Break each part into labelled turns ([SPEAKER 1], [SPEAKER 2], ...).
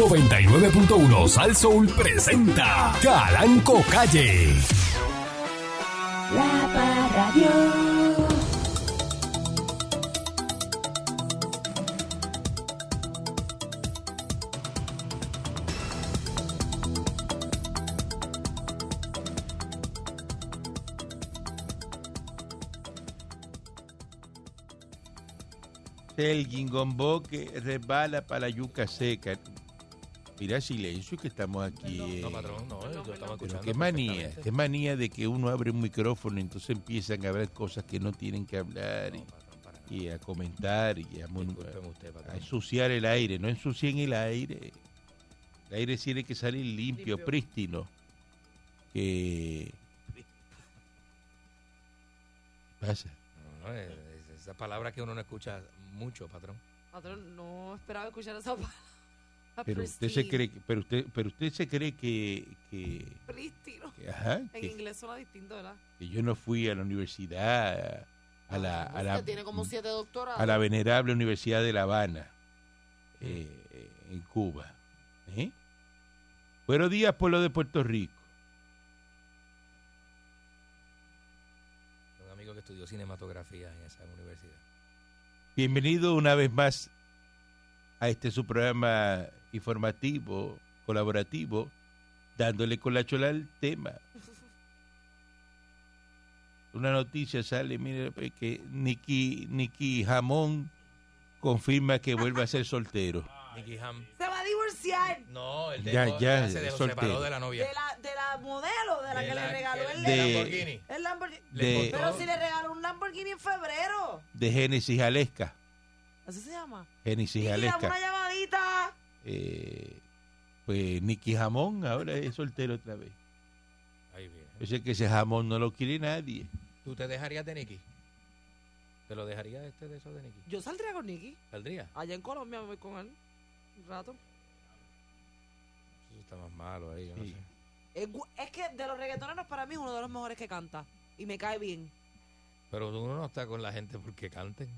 [SPEAKER 1] 99.1 Sal Soul presenta Calanco Calle.
[SPEAKER 2] La Parradio.
[SPEAKER 3] El guingombó que resbala para la yuca seca. Mira, silencio que estamos aquí. eh.
[SPEAKER 4] No, patrón, no, eh, yo estaba
[SPEAKER 3] Pero
[SPEAKER 4] escuchando.
[SPEAKER 3] qué manía,
[SPEAKER 4] perfectamente.
[SPEAKER 3] qué manía de que uno abre un micrófono y entonces empiezan a hablar cosas que no tienen que hablar y,
[SPEAKER 4] No, patrón, para nada.
[SPEAKER 3] y a comentar y a, mon-
[SPEAKER 4] Discúlpeme usted,
[SPEAKER 3] a
[SPEAKER 4] patrón.
[SPEAKER 3] ensuciar el aire. No ensucien el aire. El aire tiene que salir limpio, prístino. Que... ¿Qué pasa?
[SPEAKER 4] No, no, es- es- Esa palabra que uno no escucha mucho, patrón.
[SPEAKER 5] Patrón, no esperaba escuchar esa palabra.
[SPEAKER 3] Pero usted se
[SPEAKER 5] Pristine.
[SPEAKER 3] cree, que- pero usted, pero usted se cree que, que,
[SPEAKER 5] Pristino.
[SPEAKER 3] que, ajá,
[SPEAKER 5] En
[SPEAKER 3] que-
[SPEAKER 5] inglés suena distinto, ¿verdad?
[SPEAKER 3] que yo no fui a la universidad, a la, a la- mm,
[SPEAKER 5] Usted tiene como siete doctorados.
[SPEAKER 3] a la venerable Universidad de La Habana,
[SPEAKER 5] Mm.
[SPEAKER 3] eh, eh, en Cuba. ¿Eh? Buenos días, pueblo de Puerto Rico.
[SPEAKER 4] Un amigo que estudió cinematografía en esa universidad.
[SPEAKER 3] Bienvenido una vez más a este su programa informativo, colaborativo, dándole con la chola al tema. Una noticia sale, mire, pues, que Nicky, Nicky Jamón confirma que vuelve a ser soltero.
[SPEAKER 4] Nicky Ham.
[SPEAKER 5] Se va a divorciar
[SPEAKER 4] No, el de
[SPEAKER 3] Ya, ya,
[SPEAKER 4] se dejó,
[SPEAKER 3] soltero.
[SPEAKER 4] separó de la novia.
[SPEAKER 5] de la, de la modelo, de la
[SPEAKER 4] De
[SPEAKER 5] que le regaló el,
[SPEAKER 3] de-
[SPEAKER 4] Lamborghini.
[SPEAKER 5] el Lamborghini.
[SPEAKER 4] Le
[SPEAKER 3] de- oh.
[SPEAKER 4] costó-
[SPEAKER 5] Pero si le regaló un Lamborghini en febrero.
[SPEAKER 3] De Génesis Jalesca.
[SPEAKER 5] ¿Así se llama?
[SPEAKER 3] Génesis
[SPEAKER 5] Y dame una
[SPEAKER 3] Jalesca.
[SPEAKER 5] llamadita.
[SPEAKER 3] Eh, pues Nicky Jamón ahora es soltero otra vez.
[SPEAKER 4] Ahí viene.
[SPEAKER 3] Yo sé que ese jamón no lo quiere nadie.
[SPEAKER 4] ¿Tú te dejarías de Nicky? ¿Te lo dejarías este de esos de Nicky?
[SPEAKER 5] Yo saldría con Nicky.
[SPEAKER 4] ¿Saldría?
[SPEAKER 5] Allá en Colombia me voy con él. Un rato.
[SPEAKER 4] Eso está más malo ahí, yo no
[SPEAKER 3] Sí.
[SPEAKER 4] sé.
[SPEAKER 5] Es, gu- es que de los reggaetoneros para mí es uno de los mejores que canta. Y me cae bien.
[SPEAKER 4] Pero uno no está con la gente porque canten.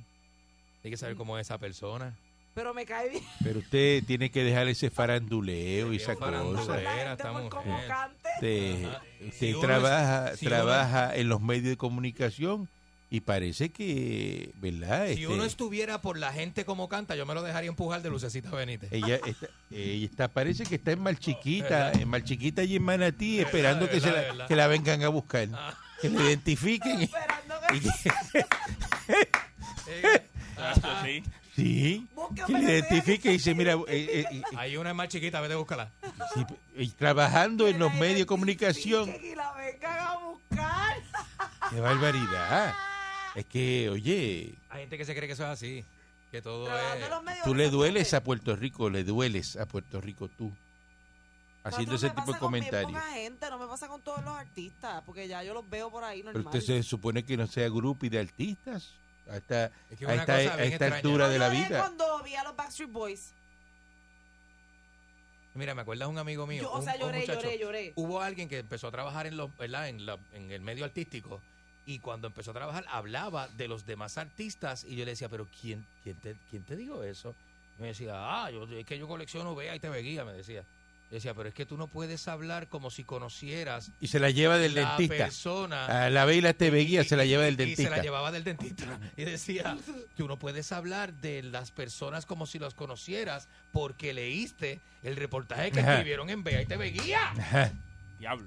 [SPEAKER 4] Hay que
[SPEAKER 5] Mm.
[SPEAKER 4] saber cómo es esa persona.
[SPEAKER 5] Pero me cae bien.
[SPEAKER 3] Pero usted tiene que dejar ese faranduleo y esa
[SPEAKER 4] Bien farandulera,
[SPEAKER 3] cosa.
[SPEAKER 5] la gente
[SPEAKER 4] esta
[SPEAKER 5] por
[SPEAKER 4] mujer.
[SPEAKER 5] cómo cante.
[SPEAKER 3] Usted,
[SPEAKER 4] Ajá.
[SPEAKER 3] usted
[SPEAKER 4] Si uno
[SPEAKER 3] trabaja,
[SPEAKER 4] es- si
[SPEAKER 3] trabaja en los medios de comunicación y parece que, ¿verdad?
[SPEAKER 4] Si
[SPEAKER 3] Este,
[SPEAKER 4] uno estuviera por la gente como canta, yo me lo dejaría empujar de Lucecita Benítez.
[SPEAKER 3] ella, está, ella está- parece que está en Malchiquita,
[SPEAKER 4] ¿Verdad?
[SPEAKER 3] en Malchiquita y en Manatí,
[SPEAKER 4] ¿Verdad,
[SPEAKER 3] esperando que, se la,
[SPEAKER 4] verdad, verdad?
[SPEAKER 3] que la vengan a buscar,
[SPEAKER 4] Ah.
[SPEAKER 3] que la identifiquen.
[SPEAKER 5] Esperando que.
[SPEAKER 3] y que-
[SPEAKER 4] Eh,
[SPEAKER 3] sí,
[SPEAKER 5] Búsquenme
[SPEAKER 3] que la
[SPEAKER 5] que sea-
[SPEAKER 3] identifiquen y dice, mira, eh, eh, eh,
[SPEAKER 4] Hay una más chiquita, vete a búscala.
[SPEAKER 3] Sí, y trabajando en los
[SPEAKER 5] la
[SPEAKER 3] medios de comunicación.
[SPEAKER 5] identifiquen Y la vengan a buscar.
[SPEAKER 3] ¡Qué barbaridad! Es que, oye,
[SPEAKER 4] Hay gente que se cree que eso es así, que todo
[SPEAKER 5] Trabajando
[SPEAKER 4] es...
[SPEAKER 5] en los medios
[SPEAKER 3] tú
[SPEAKER 5] de
[SPEAKER 3] le dueles
[SPEAKER 5] comunicación.
[SPEAKER 3] a Puerto Rico, le dueles a Puerto Rico tú, haciendo
[SPEAKER 5] Patrón,
[SPEAKER 3] ese
[SPEAKER 5] me
[SPEAKER 3] tipo
[SPEAKER 5] pasa
[SPEAKER 3] de
[SPEAKER 5] con bien
[SPEAKER 3] comentarios.
[SPEAKER 5] poca gente, no me pasa con todos los artistas, porque ya yo los veo por ahí
[SPEAKER 3] Pero
[SPEAKER 5] normal.
[SPEAKER 3] usted se supone que no sea grupo y de artistas a esta,
[SPEAKER 4] Es que es
[SPEAKER 3] a
[SPEAKER 4] una
[SPEAKER 3] esta-
[SPEAKER 4] cosa
[SPEAKER 3] a
[SPEAKER 4] bien
[SPEAKER 3] esta
[SPEAKER 4] extraña.
[SPEAKER 3] altura de la
[SPEAKER 5] Yo lloré
[SPEAKER 3] vida.
[SPEAKER 5] cuando vi a los Backstreet Boys.
[SPEAKER 4] Mira, me acuerdas un amigo mío,
[SPEAKER 5] Yo, o
[SPEAKER 4] un-
[SPEAKER 5] sea,
[SPEAKER 4] un
[SPEAKER 5] lloré,
[SPEAKER 4] muchacho.
[SPEAKER 5] lloré, lloré.
[SPEAKER 4] Hubo alguien que empezó a trabajar en, los, ¿verdad? En, la- en el medio artístico y cuando empezó a trabajar hablaba de los demás artistas y yo le decía, pero ¿quién, quién, te, quién te dijo eso? Y me decía, ah, yo, es que yo colecciono Vea y te veía, me decía. Yo decía, pero es que tú no puedes hablar como si conocieras
[SPEAKER 3] Y se la lleva del
[SPEAKER 4] la
[SPEAKER 3] dentista.
[SPEAKER 4] persona.
[SPEAKER 3] A la ve y la TV guía
[SPEAKER 4] Y-
[SPEAKER 3] se la lleva del
[SPEAKER 4] Y se la
[SPEAKER 3] dentista.
[SPEAKER 4] llevaba del dentista. Y decía, tú no puedes hablar de las personas como si las conocieras porque leíste el reportaje que
[SPEAKER 3] Ajá.
[SPEAKER 4] escribieron en Vea y TV Guía.
[SPEAKER 6] Diablo.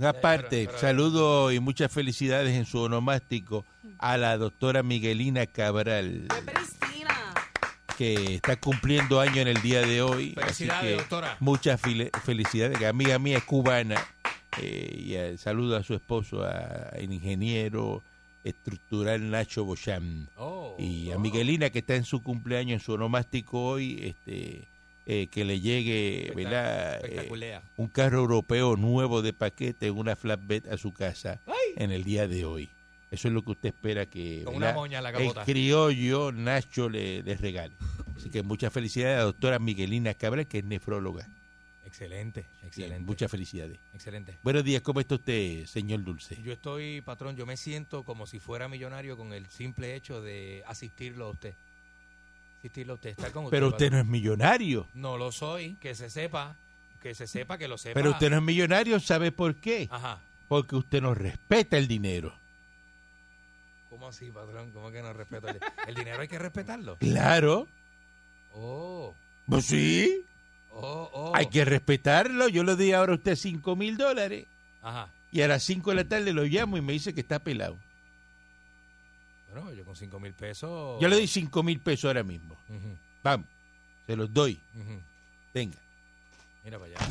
[SPEAKER 3] Aparte,
[SPEAKER 4] Pero- pero-
[SPEAKER 3] saludo y muchas felicidades en su onomástico a la doctora Miguelina Cabral.
[SPEAKER 5] Fue Pristina.
[SPEAKER 3] que está cumpliendo año en el día de hoy. Así
[SPEAKER 4] Felicidades,
[SPEAKER 3] que
[SPEAKER 4] doctora.
[SPEAKER 3] Muchas file- felicidades. que Amiga mía es cubana. eh, y eh, saludo a su esposo, a- al ingeniero estructural Nacho Boyan.
[SPEAKER 4] Oh.
[SPEAKER 3] Y a Miguelina, que está en su cumpleaños, en su onomástico hoy, este, eh, que le llegue
[SPEAKER 4] Espectac-
[SPEAKER 3] ¿verdad? Eh,
[SPEAKER 4] Espectacular.
[SPEAKER 3] un carro europeo nuevo de paquete en una flatbed a su casa en el día de hoy. Eso es lo que usted espera que
[SPEAKER 4] Con
[SPEAKER 3] ¿verdad?
[SPEAKER 4] una moña en la
[SPEAKER 3] el
[SPEAKER 4] capota.
[SPEAKER 3] criollo Nacho le, le regale. Así que muchas felicidades a la doctora Miguelina Cabral, que es nefróloga.
[SPEAKER 4] Excelente,
[SPEAKER 3] Sí,
[SPEAKER 4] excelente.
[SPEAKER 3] Muchas felicidades.
[SPEAKER 4] Excelente.
[SPEAKER 3] Buenos días, ¿cómo está usted, señor Dulce?
[SPEAKER 4] Yo estoy, patrón, yo me siento como si fuera millonario con el simple hecho de asistirlo a usted. asistirlo a usted, estar con usted.
[SPEAKER 3] Pero usted
[SPEAKER 4] patrón.
[SPEAKER 3] no es millonario.
[SPEAKER 4] No lo soy, que se sepa, que se sepa, que lo sepa.
[SPEAKER 3] Pero usted no es millonario, ¿sabe por qué?
[SPEAKER 4] Ajá.
[SPEAKER 3] Porque usted no respeta el dinero.
[SPEAKER 4] ¿Cómo así, patrón? ¿Cómo que no respeto? El, el dinero hay que respetarlo.
[SPEAKER 3] Claro.
[SPEAKER 4] Oh,
[SPEAKER 3] Pues sí.
[SPEAKER 4] oh, oh.
[SPEAKER 3] Hay que respetarlo. Yo le di ahora a usted 5 mil dólares
[SPEAKER 4] Ajá.
[SPEAKER 3] y a las 5 de la tarde lo llamo y me dice que está pelado.
[SPEAKER 4] Bueno, yo con 5 mil pesos.
[SPEAKER 3] Yo le doy 5 mil pesos ahora mismo.
[SPEAKER 4] Ujú,
[SPEAKER 3] Vamos, se los doy.
[SPEAKER 4] ujú.
[SPEAKER 3] Venga.
[SPEAKER 4] Mira para allá.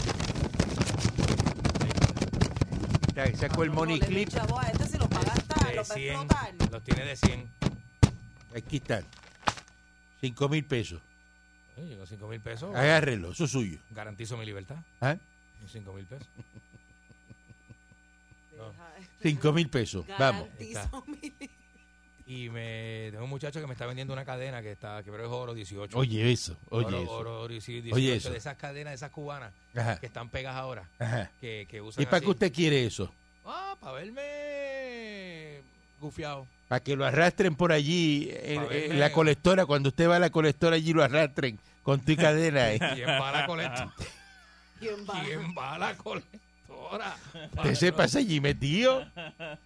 [SPEAKER 3] Ta- Sacó el money
[SPEAKER 5] le
[SPEAKER 3] clip.
[SPEAKER 5] pincha voz a este si lo paga hasta,
[SPEAKER 4] De
[SPEAKER 5] lo va a
[SPEAKER 4] 100.
[SPEAKER 5] explotar.
[SPEAKER 4] Los tiene de 100.
[SPEAKER 3] Aquí están. 5 mil pesos.
[SPEAKER 4] Oye, Yo con 5 mil pesos
[SPEAKER 3] Agárrelo, eso es suyo.
[SPEAKER 4] garantizo mi libertad.
[SPEAKER 3] ¿Ah?
[SPEAKER 4] Con 5 mil pesos. No.
[SPEAKER 5] Deja-
[SPEAKER 3] 5 mil pesos. Vamos.
[SPEAKER 5] Garantizo mi-
[SPEAKER 4] Y me tengo un muchacho que me está vendiendo una cadena que está, que creo que es oro 18.
[SPEAKER 3] Oye eso,
[SPEAKER 4] oro,
[SPEAKER 3] oye eso.
[SPEAKER 4] oro, oro, sí, 18.
[SPEAKER 3] Oye eso.
[SPEAKER 4] De esas cadenas, de esas cubanas
[SPEAKER 3] Ajá,
[SPEAKER 4] que están pegas ahora,
[SPEAKER 3] ajá.
[SPEAKER 4] que, que usan.
[SPEAKER 3] ¿Y para
[SPEAKER 4] así.
[SPEAKER 3] qué usted quiere eso?
[SPEAKER 4] Ah, para verme gufiado.
[SPEAKER 3] Para que lo arrastren por allí, en,
[SPEAKER 4] Pa' verme.
[SPEAKER 3] en la colectora, cuando usted va a la colectora allí lo arrastren con tu cadena. eh.
[SPEAKER 4] ¿Quién va a la colectora?
[SPEAKER 5] ¿Quién va?
[SPEAKER 4] ¿Quién va a la colectora?
[SPEAKER 3] Usted se pasa allí metido.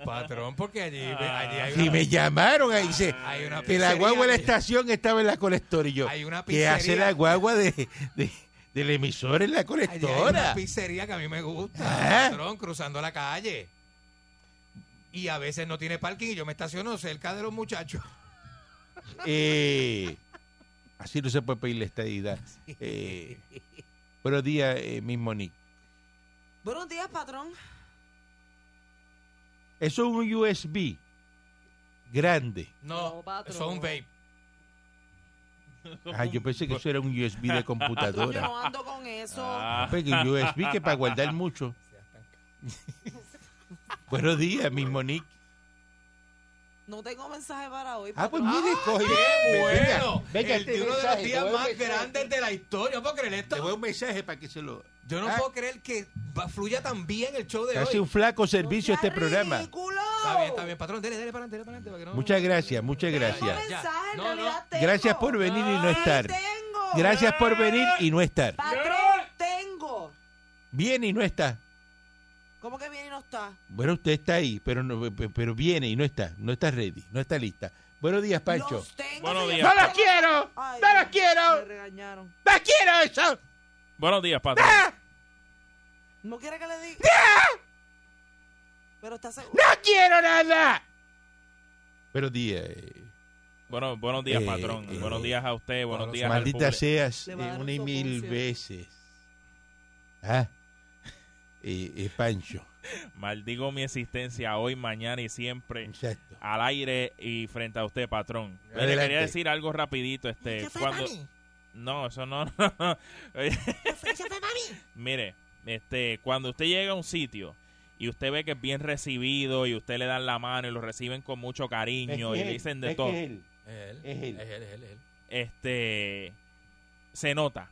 [SPEAKER 4] Patrón, porque allí,
[SPEAKER 3] Ah,
[SPEAKER 4] allí hay
[SPEAKER 3] Y
[SPEAKER 4] una... Ah,
[SPEAKER 3] me llamaron ahí dice
[SPEAKER 4] Hay una
[SPEAKER 3] que la
[SPEAKER 4] pizzería
[SPEAKER 3] guagua de la
[SPEAKER 4] que-
[SPEAKER 3] estación estaba en la colectora y yo.
[SPEAKER 4] Hay una
[SPEAKER 3] ¿Qué hace
[SPEAKER 4] pizzería-
[SPEAKER 3] la guagua de, de- del emisor en la
[SPEAKER 4] allí hay una
[SPEAKER 3] colectora?
[SPEAKER 4] pizzería que a mí me gusta,
[SPEAKER 3] Ah.
[SPEAKER 4] patrón, cruzando la calle. Y a veces no tiene parking y yo me estaciono cerca de los muchachos.
[SPEAKER 3] Eh, así no se puede pedir la estadidad. Eh, buenos días, eh, Miss Monique.
[SPEAKER 5] Buenos días, patrón.
[SPEAKER 3] Eso es un USB grande.
[SPEAKER 4] No,
[SPEAKER 5] No, patrón.
[SPEAKER 4] son vape.
[SPEAKER 3] Ah, yo pensé que eso era un USB de
[SPEAKER 5] Patrón, yo
[SPEAKER 3] computadora.
[SPEAKER 5] no ando con eso.
[SPEAKER 3] Porque un USB que para guardar mucho. Buenos días, Miss Monique.
[SPEAKER 5] No tengo mensaje para hoy.
[SPEAKER 3] Ah, pues
[SPEAKER 5] patrón.
[SPEAKER 3] mire, coge.
[SPEAKER 4] ¡Qué
[SPEAKER 3] Venga,
[SPEAKER 4] bueno!
[SPEAKER 3] venga,
[SPEAKER 4] el
[SPEAKER 3] este
[SPEAKER 4] de uno de los
[SPEAKER 3] mensaje,
[SPEAKER 4] días
[SPEAKER 3] te voy a
[SPEAKER 4] más
[SPEAKER 3] empezar.
[SPEAKER 4] grandes de la historia. ¿No puedo creer
[SPEAKER 3] Te voy
[SPEAKER 4] esto?
[SPEAKER 3] un mensaje para que se lo.
[SPEAKER 4] Yo no
[SPEAKER 3] Ah,
[SPEAKER 4] puedo creer que va- fluya tan bien el show de hoy.
[SPEAKER 3] Hace un flaco servicio
[SPEAKER 5] No
[SPEAKER 3] este
[SPEAKER 5] sea
[SPEAKER 3] programa.
[SPEAKER 5] ridículo.
[SPEAKER 4] Está bien, está bien, patrón. Dele, dele para adelante, dele para adelante. para que no-
[SPEAKER 3] Muchas gracias, muchas gracias.
[SPEAKER 5] Tengo
[SPEAKER 4] Ya.
[SPEAKER 5] mensaje, en
[SPEAKER 4] No,
[SPEAKER 5] realidad tengo.
[SPEAKER 3] Gracias por venir y no
[SPEAKER 5] Sí,
[SPEAKER 3] estar.
[SPEAKER 5] tengo.
[SPEAKER 3] Gracias por venir y no estar.
[SPEAKER 5] Patrón, tengo.
[SPEAKER 3] Viene y no está.
[SPEAKER 5] ¿Cómo que viene y no está?
[SPEAKER 3] Bueno, usted está ahí, pero no, pero viene y no está. No está ready, no está lista. Buenos días, Pancho.
[SPEAKER 5] Los tengo,
[SPEAKER 2] Buenos
[SPEAKER 5] señor.
[SPEAKER 2] días.
[SPEAKER 3] ¡No los quiero!
[SPEAKER 5] Ay,
[SPEAKER 3] ¡No los
[SPEAKER 5] Me
[SPEAKER 3] quiero!
[SPEAKER 5] regañaron.
[SPEAKER 3] ¡No quiero eso!
[SPEAKER 2] Buenos días, patrón.
[SPEAKER 5] ¡Ah! ¿No quiere que le diga? Pero está seguro.
[SPEAKER 3] ¡No quiero nada! Buenos días. eh,
[SPEAKER 2] Bueno, buenos días,
[SPEAKER 3] Eh,
[SPEAKER 2] patrón.
[SPEAKER 3] eh,
[SPEAKER 2] buenos días a usted, buenos
[SPEAKER 4] bueno,
[SPEAKER 2] días al
[SPEAKER 3] Maldita
[SPEAKER 2] público.
[SPEAKER 3] seas
[SPEAKER 5] Le va a
[SPEAKER 3] eh,
[SPEAKER 5] dar
[SPEAKER 3] una y
[SPEAKER 5] un
[SPEAKER 3] mil
[SPEAKER 5] soponcio.
[SPEAKER 3] veces. Ah, eh, eh, Pancho.
[SPEAKER 2] Maldigo mi existencia hoy, mañana y siempre
[SPEAKER 3] Exacto.
[SPEAKER 2] al aire y frente a usted, patrón. Mire,
[SPEAKER 3] Adelante.
[SPEAKER 2] quería decir algo rapidito, este,
[SPEAKER 5] ¿Qué fue,
[SPEAKER 2] cuando
[SPEAKER 5] mami?
[SPEAKER 2] no, eso no. no. Oye,
[SPEAKER 5] ¿Qué fue, qué fue, mami?
[SPEAKER 2] Mire, este, cuando usted llega a un sitio y usted ve que es bien recibido y usted le dan la mano y lo reciben con mucho cariño y le dicen de todo,
[SPEAKER 4] Es él.
[SPEAKER 3] Es
[SPEAKER 4] Es
[SPEAKER 3] él.
[SPEAKER 4] él, es él, es él.
[SPEAKER 2] este, se nota.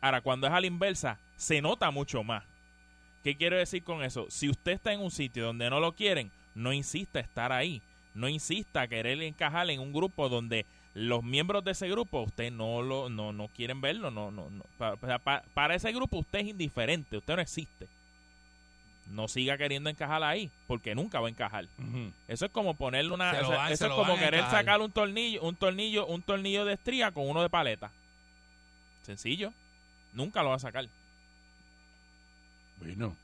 [SPEAKER 2] Ahora, cuando es a la inversa, se nota mucho más. ¿Qué quiero decir con eso? Si usted está en un sitio donde no lo quieren, no insista a estar ahí. No insista a querer encajar en un grupo donde los miembros de ese grupo a usted no lo no, no quieren verlo. No, no, no. Pa- pa- pa- Para, ese grupo usted es indiferente, usted no existe. No siga queriendo encajar ahí, porque nunca va a encajar. Eso es como ponerle una.
[SPEAKER 4] Se lo
[SPEAKER 2] o sea,
[SPEAKER 4] van- se
[SPEAKER 2] eso es
[SPEAKER 4] lo
[SPEAKER 2] como
[SPEAKER 4] van a
[SPEAKER 2] querer
[SPEAKER 4] encajar.
[SPEAKER 2] sacar un tornillo, un tornillo, un tornillo de estría con uno de paleta. Sencillo. Nunca lo va a sacar.
[SPEAKER 3] Bueno,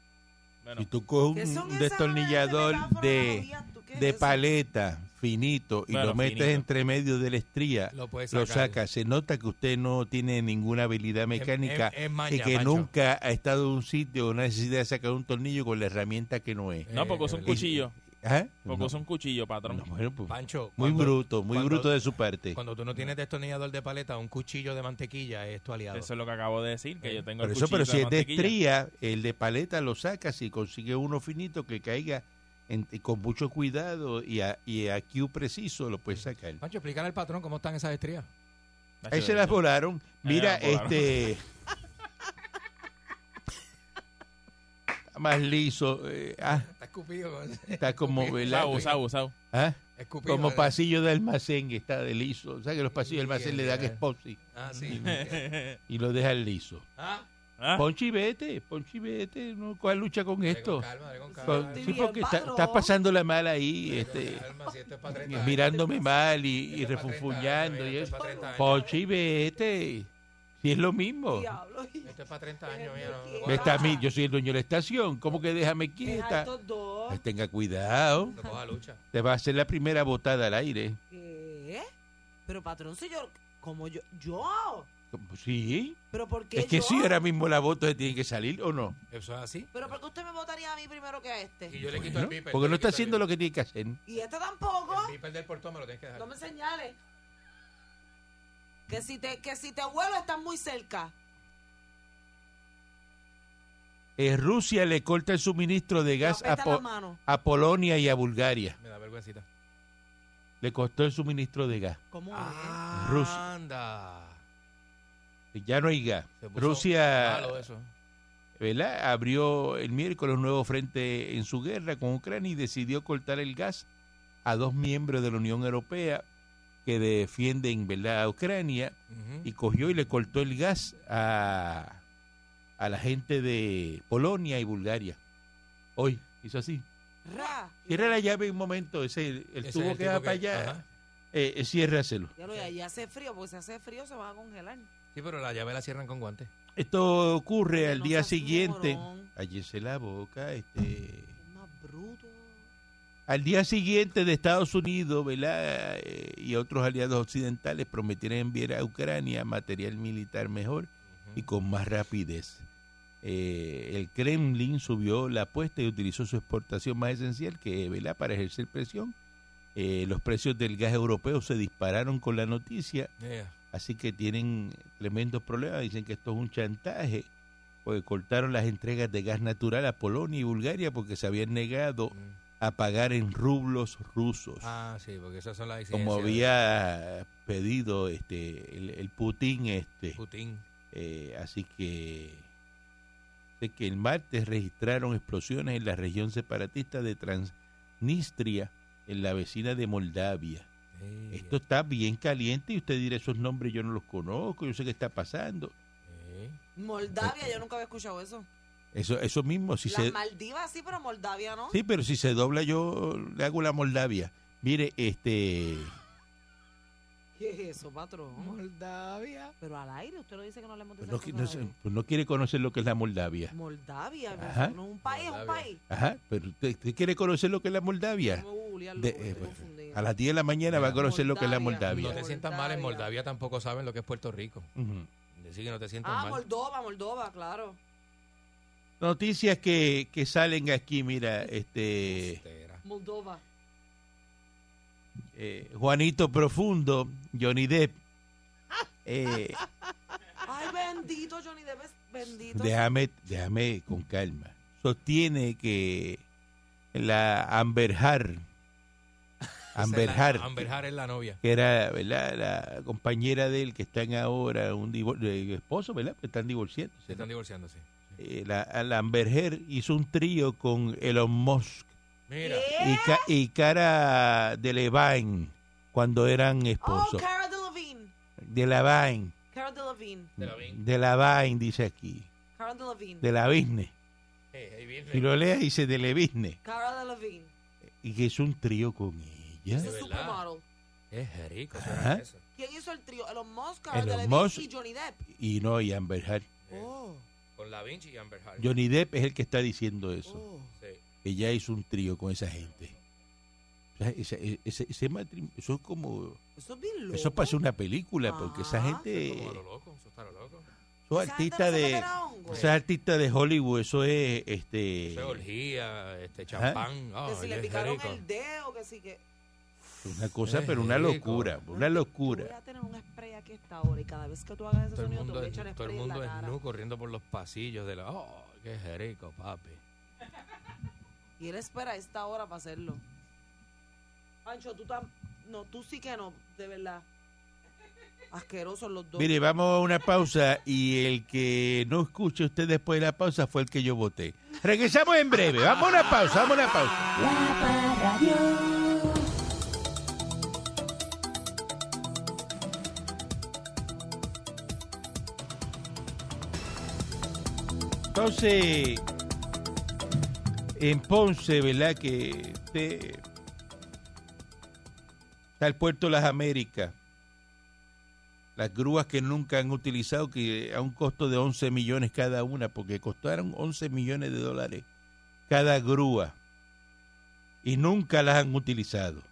[SPEAKER 2] Bueno,
[SPEAKER 3] si tú coges
[SPEAKER 5] ¿Qué
[SPEAKER 3] un,
[SPEAKER 5] son esas
[SPEAKER 3] destornillador
[SPEAKER 5] metáforas,
[SPEAKER 3] de,
[SPEAKER 5] analogías? ¿Tú qué es
[SPEAKER 3] de
[SPEAKER 5] eso?
[SPEAKER 3] paleta finito y
[SPEAKER 2] Bueno,
[SPEAKER 3] lo metes
[SPEAKER 2] finito.
[SPEAKER 3] entre medio de la estría,
[SPEAKER 4] Lo puede
[SPEAKER 3] lo
[SPEAKER 4] sacar.
[SPEAKER 3] sacas. Se nota que usted no tiene ninguna
[SPEAKER 4] Em,
[SPEAKER 3] habilidad mecánica
[SPEAKER 4] es- es maña,
[SPEAKER 3] y que
[SPEAKER 4] em, Pancho.
[SPEAKER 3] nunca ha estado en un sitio o necesidad de sacar un tornillo con la herramienta que no es.
[SPEAKER 4] Eh,
[SPEAKER 2] no, porque es un
[SPEAKER 4] eh,
[SPEAKER 2] cuchillo.
[SPEAKER 3] ¿Ah?
[SPEAKER 2] Porque
[SPEAKER 3] No,
[SPEAKER 2] es un cuchillo, patrón.
[SPEAKER 3] no, bueno, pues,
[SPEAKER 4] Pancho.
[SPEAKER 3] muy
[SPEAKER 4] cuando-
[SPEAKER 3] bruto, muy
[SPEAKER 4] cuando-
[SPEAKER 3] bruto de su parte.
[SPEAKER 4] Cuando tú no tienes destornillador de paleta, un cuchillo de mantequilla es tu aliado.
[SPEAKER 2] Eso es lo que acabo de decir, que yo tengo
[SPEAKER 3] Por
[SPEAKER 2] el
[SPEAKER 3] eso,
[SPEAKER 2] cuchillo
[SPEAKER 3] pero si
[SPEAKER 2] de
[SPEAKER 3] es de
[SPEAKER 2] mantequilla.
[SPEAKER 3] estría, el de paleta lo sacas y consigue uno finito que caiga en- y con mucho cuidado y a, y a Q preciso lo puedes sacar.
[SPEAKER 4] Pancho, explícale al patrón cómo están esas estrías.
[SPEAKER 2] Nacho,
[SPEAKER 3] Ahí se las volaron. Mira,
[SPEAKER 2] las volaron.
[SPEAKER 3] este... Está más liso. eh, ah,
[SPEAKER 4] Está escupido.
[SPEAKER 3] eh, está como...
[SPEAKER 2] Sau,
[SPEAKER 3] velado.
[SPEAKER 2] sau, sau.
[SPEAKER 3] ¿Ah?
[SPEAKER 4] Escupido,
[SPEAKER 2] eh.
[SPEAKER 3] Como
[SPEAKER 4] ¿verdad?
[SPEAKER 3] pasillo de almacén que está de liso. O sea que los pasillos de almacén le dan esposi
[SPEAKER 4] Ah, sí.
[SPEAKER 3] y lo dejan liso.
[SPEAKER 4] ah,
[SPEAKER 2] ¿Ah?
[SPEAKER 3] Ponchi, vete, Ponchi, vete. No, ¿Cuál lucha con
[SPEAKER 4] dale
[SPEAKER 3] esto?
[SPEAKER 4] con calma, dale con calma.
[SPEAKER 3] Con-
[SPEAKER 5] Estoy
[SPEAKER 3] sí,
[SPEAKER 5] bien,
[SPEAKER 3] porque está-
[SPEAKER 5] patrón.
[SPEAKER 3] estás pasándola mal ahí,
[SPEAKER 4] Dale con
[SPEAKER 3] este,
[SPEAKER 4] calma, si esto es para 30 años.
[SPEAKER 3] mirándome mal y, y
[SPEAKER 4] Esto es para 30 años,
[SPEAKER 3] refunfuñando y eso.
[SPEAKER 4] mira, Esto es para 30 años.
[SPEAKER 3] Ponchi, vete. Si es lo mismo.
[SPEAKER 5] Diablo.
[SPEAKER 4] Esto es para 30 años, mira, no- no
[SPEAKER 5] Me
[SPEAKER 3] Me
[SPEAKER 4] coja-
[SPEAKER 3] está a mí, yo soy el dueño de la estación. ¿Cómo que déjame
[SPEAKER 5] Deja
[SPEAKER 3] quieta?
[SPEAKER 5] estos dos.
[SPEAKER 3] Ay, Tenga cuidado.
[SPEAKER 4] no coja lucha.
[SPEAKER 3] Te va a hacer la primera botada al aire.
[SPEAKER 5] ¿Qué? Pero patrón, si yo... ¿Cómo yo? ¿Yo?
[SPEAKER 3] Sí.
[SPEAKER 5] ¿Pero por qué
[SPEAKER 3] Es que
[SPEAKER 5] yo?
[SPEAKER 3] si ahora mismo la voto se tiene que salir o no.
[SPEAKER 4] Eso es así.
[SPEAKER 5] ¿Pero por qué usted me votaría a mí primero que a
[SPEAKER 4] Y
[SPEAKER 5] este?
[SPEAKER 4] yo le quito
[SPEAKER 3] Bueno,
[SPEAKER 4] el piper.
[SPEAKER 3] porque no está haciendo lo que tiene que hacer.
[SPEAKER 5] Y este tampoco.
[SPEAKER 4] El piper del portón me lo tienes que dejar.
[SPEAKER 5] No me señales. Que si te, que si te vuelo estás muy cerca.
[SPEAKER 3] Eh, Rusia le corta el suministro de
[SPEAKER 5] Me
[SPEAKER 3] gas a,
[SPEAKER 5] apesta
[SPEAKER 3] Po-
[SPEAKER 5] la mano.
[SPEAKER 3] a Polonia y a Bulgaria.
[SPEAKER 4] Me da vergüencita.
[SPEAKER 3] Le costó el suministro de gas.
[SPEAKER 5] ¿Cómo
[SPEAKER 3] Ah, Rusia.
[SPEAKER 4] Anda.
[SPEAKER 3] Ya no hay gas.
[SPEAKER 4] Se puso
[SPEAKER 3] Rusia
[SPEAKER 4] malo eh. eso.
[SPEAKER 3] ¿verdad? abrió el miércoles un nuevo frente en su guerra con Ucrania y decidió cortar el gas a dos miembros de la Unión Europea que defienden ¿verdad? a Ucrania
[SPEAKER 4] Ujú.
[SPEAKER 3] y cogió y le cortó el gas a, a la gente de Polonia y Bulgaria. Hoy hizo así.
[SPEAKER 5] es? Ra.
[SPEAKER 3] Cierra la llave un momento, ese el, el
[SPEAKER 4] Ese es
[SPEAKER 3] tubo
[SPEAKER 4] el
[SPEAKER 3] que va
[SPEAKER 4] tipo
[SPEAKER 3] para allá,
[SPEAKER 4] ajá.
[SPEAKER 3] eh, eh, ciérraselo.
[SPEAKER 5] Ya lo y allí hace frío, porque si hace frío se van a congelar.
[SPEAKER 4] Sí, pero la llave la cierran con guantes.
[SPEAKER 3] Esto ocurre
[SPEAKER 5] Porque
[SPEAKER 3] al
[SPEAKER 5] no
[SPEAKER 3] día
[SPEAKER 5] seas un
[SPEAKER 3] siguiente.
[SPEAKER 5] morón.
[SPEAKER 3] Cállese la boca, este.
[SPEAKER 5] Es más bruto.
[SPEAKER 3] Al día siguiente de Estados Unidos, ¿verdad? Eh, y otros aliados occidentales prometieron enviar a Ucrania material militar mejor y con más rapidez. Eh, el Kremlin subió la apuesta y utilizó su exportación más esencial, que ¿verdad? para ejercer presión. Eh, los precios del gas europeo se dispararon con la noticia,
[SPEAKER 4] Yeah.
[SPEAKER 3] así que tienen tremendos problemas. Dicen que esto es un chantaje, porque cortaron las entregas de gas natural a Polonia y Bulgaria porque se habían negado
[SPEAKER 4] Mm.
[SPEAKER 3] a pagar en rublos rusos,
[SPEAKER 4] Ah, sí, porque esas son las exigencias
[SPEAKER 3] como
[SPEAKER 4] de
[SPEAKER 3] había pedido este el, el Putin este.
[SPEAKER 4] Putin.
[SPEAKER 3] Eh, así que sé que el martes registraron explosiones en la región separatista de Transnistria, en la vecina de Moldavia.
[SPEAKER 4] Eh,
[SPEAKER 3] Esto está bien caliente y usted dirá esos nombres, yo no los conozco, yo sé qué está pasando.
[SPEAKER 4] eh.
[SPEAKER 5] Moldavia, yo nunca había escuchado eso.
[SPEAKER 3] Eso, eso mismo, si
[SPEAKER 5] Las
[SPEAKER 3] se,
[SPEAKER 5] Maldivas sí, pero Moldavia no.
[SPEAKER 3] Sí, pero si se dobla yo le hago la Moldavia. Mire, este
[SPEAKER 5] ¿Qué es eso, patrón?
[SPEAKER 4] Moldavia.
[SPEAKER 5] Pero al aire, usted no dice que no le hemos
[SPEAKER 3] pues no, qui- no sé, pues no quiere conocer lo que es la Moldavia.
[SPEAKER 5] Moldavia,
[SPEAKER 3] Ajá.
[SPEAKER 5] eso no es un país, es un
[SPEAKER 4] Moldavia.
[SPEAKER 5] país.
[SPEAKER 3] Ajá, pero usted, usted quiere conocer lo que es la Moldavia.
[SPEAKER 5] Vamos a googlearlo,
[SPEAKER 3] De-
[SPEAKER 5] porque
[SPEAKER 3] eh,
[SPEAKER 5] estoy
[SPEAKER 3] pues,
[SPEAKER 5] confundida.
[SPEAKER 3] A las 10 de la mañana va a conocer lo que es la
[SPEAKER 4] No
[SPEAKER 3] Moldavia.
[SPEAKER 4] te sientas mal, en
[SPEAKER 5] Moldavia.
[SPEAKER 4] Moldavia tampoco saben lo que es Puerto Rico.
[SPEAKER 3] Ujú.
[SPEAKER 4] Decir que no te sientas
[SPEAKER 5] Ah,
[SPEAKER 4] mal.
[SPEAKER 5] Moldova, Moldova, claro.
[SPEAKER 3] Noticias que, que salen aquí, mira, este
[SPEAKER 4] Estera.
[SPEAKER 5] Moldova.
[SPEAKER 3] eh, Juanito Profundo, Johnny Depp. Eh,
[SPEAKER 5] Ay, bendito Johnny Depp, es- bendito.
[SPEAKER 3] déjame, déjame con calma. Sostiene que la Amber Heard, Amber
[SPEAKER 4] Esa es la-
[SPEAKER 3] Heard,
[SPEAKER 4] Amber Heard es la novia.
[SPEAKER 3] que era ¿verdad? la compañera de él que están ahora, un divor- de esposo, ¿verdad? Que están
[SPEAKER 4] Se
[SPEAKER 3] divorciándose. ¿no?
[SPEAKER 4] están divorciándose.
[SPEAKER 3] Eh, la, la Amber Heard hizo un trío con Elon Musk
[SPEAKER 4] Mira.
[SPEAKER 5] ¿Qué?
[SPEAKER 3] y, Ca- y Cara Delevingne cuando eran
[SPEAKER 5] Oh,
[SPEAKER 3] esposos.
[SPEAKER 5] Cara Delevingne.
[SPEAKER 3] Delevingne,
[SPEAKER 5] Cara Delevingne.
[SPEAKER 4] Delevingne.
[SPEAKER 3] Delevingne dice aquí,
[SPEAKER 5] Cara Delevingne.
[SPEAKER 3] Delevingne.
[SPEAKER 4] Eh, ahí viene.
[SPEAKER 3] Si lo lees dice Delevingne
[SPEAKER 5] Cara Delevingne.
[SPEAKER 3] y que hizo un trío con ella.
[SPEAKER 5] Ese Es
[SPEAKER 4] verdad.
[SPEAKER 5] supermodel.
[SPEAKER 4] Es rico.
[SPEAKER 3] Ajá.
[SPEAKER 4] suena eso.
[SPEAKER 5] ¿Quién hizo el trío? Elon Musk, Cara
[SPEAKER 3] Elon
[SPEAKER 5] Delevingne
[SPEAKER 3] Musk. Eh,
[SPEAKER 5] y Johnny Depp.
[SPEAKER 3] Y no, y Amber Heard.
[SPEAKER 5] Oh,
[SPEAKER 4] Con la Vinci y Amber Heard.
[SPEAKER 3] Johnny Depp es el que está diciendo eso.
[SPEAKER 5] oh.
[SPEAKER 4] Sí.
[SPEAKER 3] ella hizo un trío con esa gente. O sea, esa- e, ese, ese matrim- eso es como,
[SPEAKER 5] Eso es bien loco.
[SPEAKER 3] eso pasó una película,
[SPEAKER 5] Ah.
[SPEAKER 3] porque esa gente,
[SPEAKER 4] Como a lo loco. Eso está a lo loco.
[SPEAKER 3] esos
[SPEAKER 5] Esa gente
[SPEAKER 3] artistas
[SPEAKER 5] no se
[SPEAKER 3] de,
[SPEAKER 5] meterá a hongo.
[SPEAKER 3] esos artistas de Hollywood, eso es, este,
[SPEAKER 4] Eso es orgía, este, champán. Ah,
[SPEAKER 5] Que si le
[SPEAKER 4] es
[SPEAKER 5] picaron
[SPEAKER 4] rico.
[SPEAKER 5] el dedo, que sí que...
[SPEAKER 3] una cosa,
[SPEAKER 4] Qué
[SPEAKER 3] pero una
[SPEAKER 4] rico.
[SPEAKER 3] locura, una
[SPEAKER 5] Yo voy
[SPEAKER 3] locura.
[SPEAKER 5] a tener un spray aquí a esta hora y cada vez que tú hagas ese
[SPEAKER 4] Todo el
[SPEAKER 5] sonido te
[SPEAKER 4] mundo,
[SPEAKER 5] voy a
[SPEAKER 4] es,
[SPEAKER 5] echar
[SPEAKER 4] todo el
[SPEAKER 5] spray en
[SPEAKER 4] mundo
[SPEAKER 5] la
[SPEAKER 4] es
[SPEAKER 5] cara.
[SPEAKER 4] nu corriendo por los pasillos de la. ¡Oh, qué rico, papi!
[SPEAKER 5] Y él espera a esta hora para hacerlo. Pancho, tú tam... No, tú sí que no, de verdad. Asquerosos los dos.
[SPEAKER 3] Mire, vamos a una pausa y el que no escuche usted después de la pausa fue el que yo voté. Regresamos en breve, vamos a una pausa, vamos a una pausa.
[SPEAKER 6] La Parradio.
[SPEAKER 3] Entonces, en Ponce, ¿verdad? Que este, está el puerto Las Américas. Las grúas que nunca han utilizado, que a un costo de 11 millones cada una, porque costaron 11 millones de dólares cada grúa. Y nunca las han utilizado.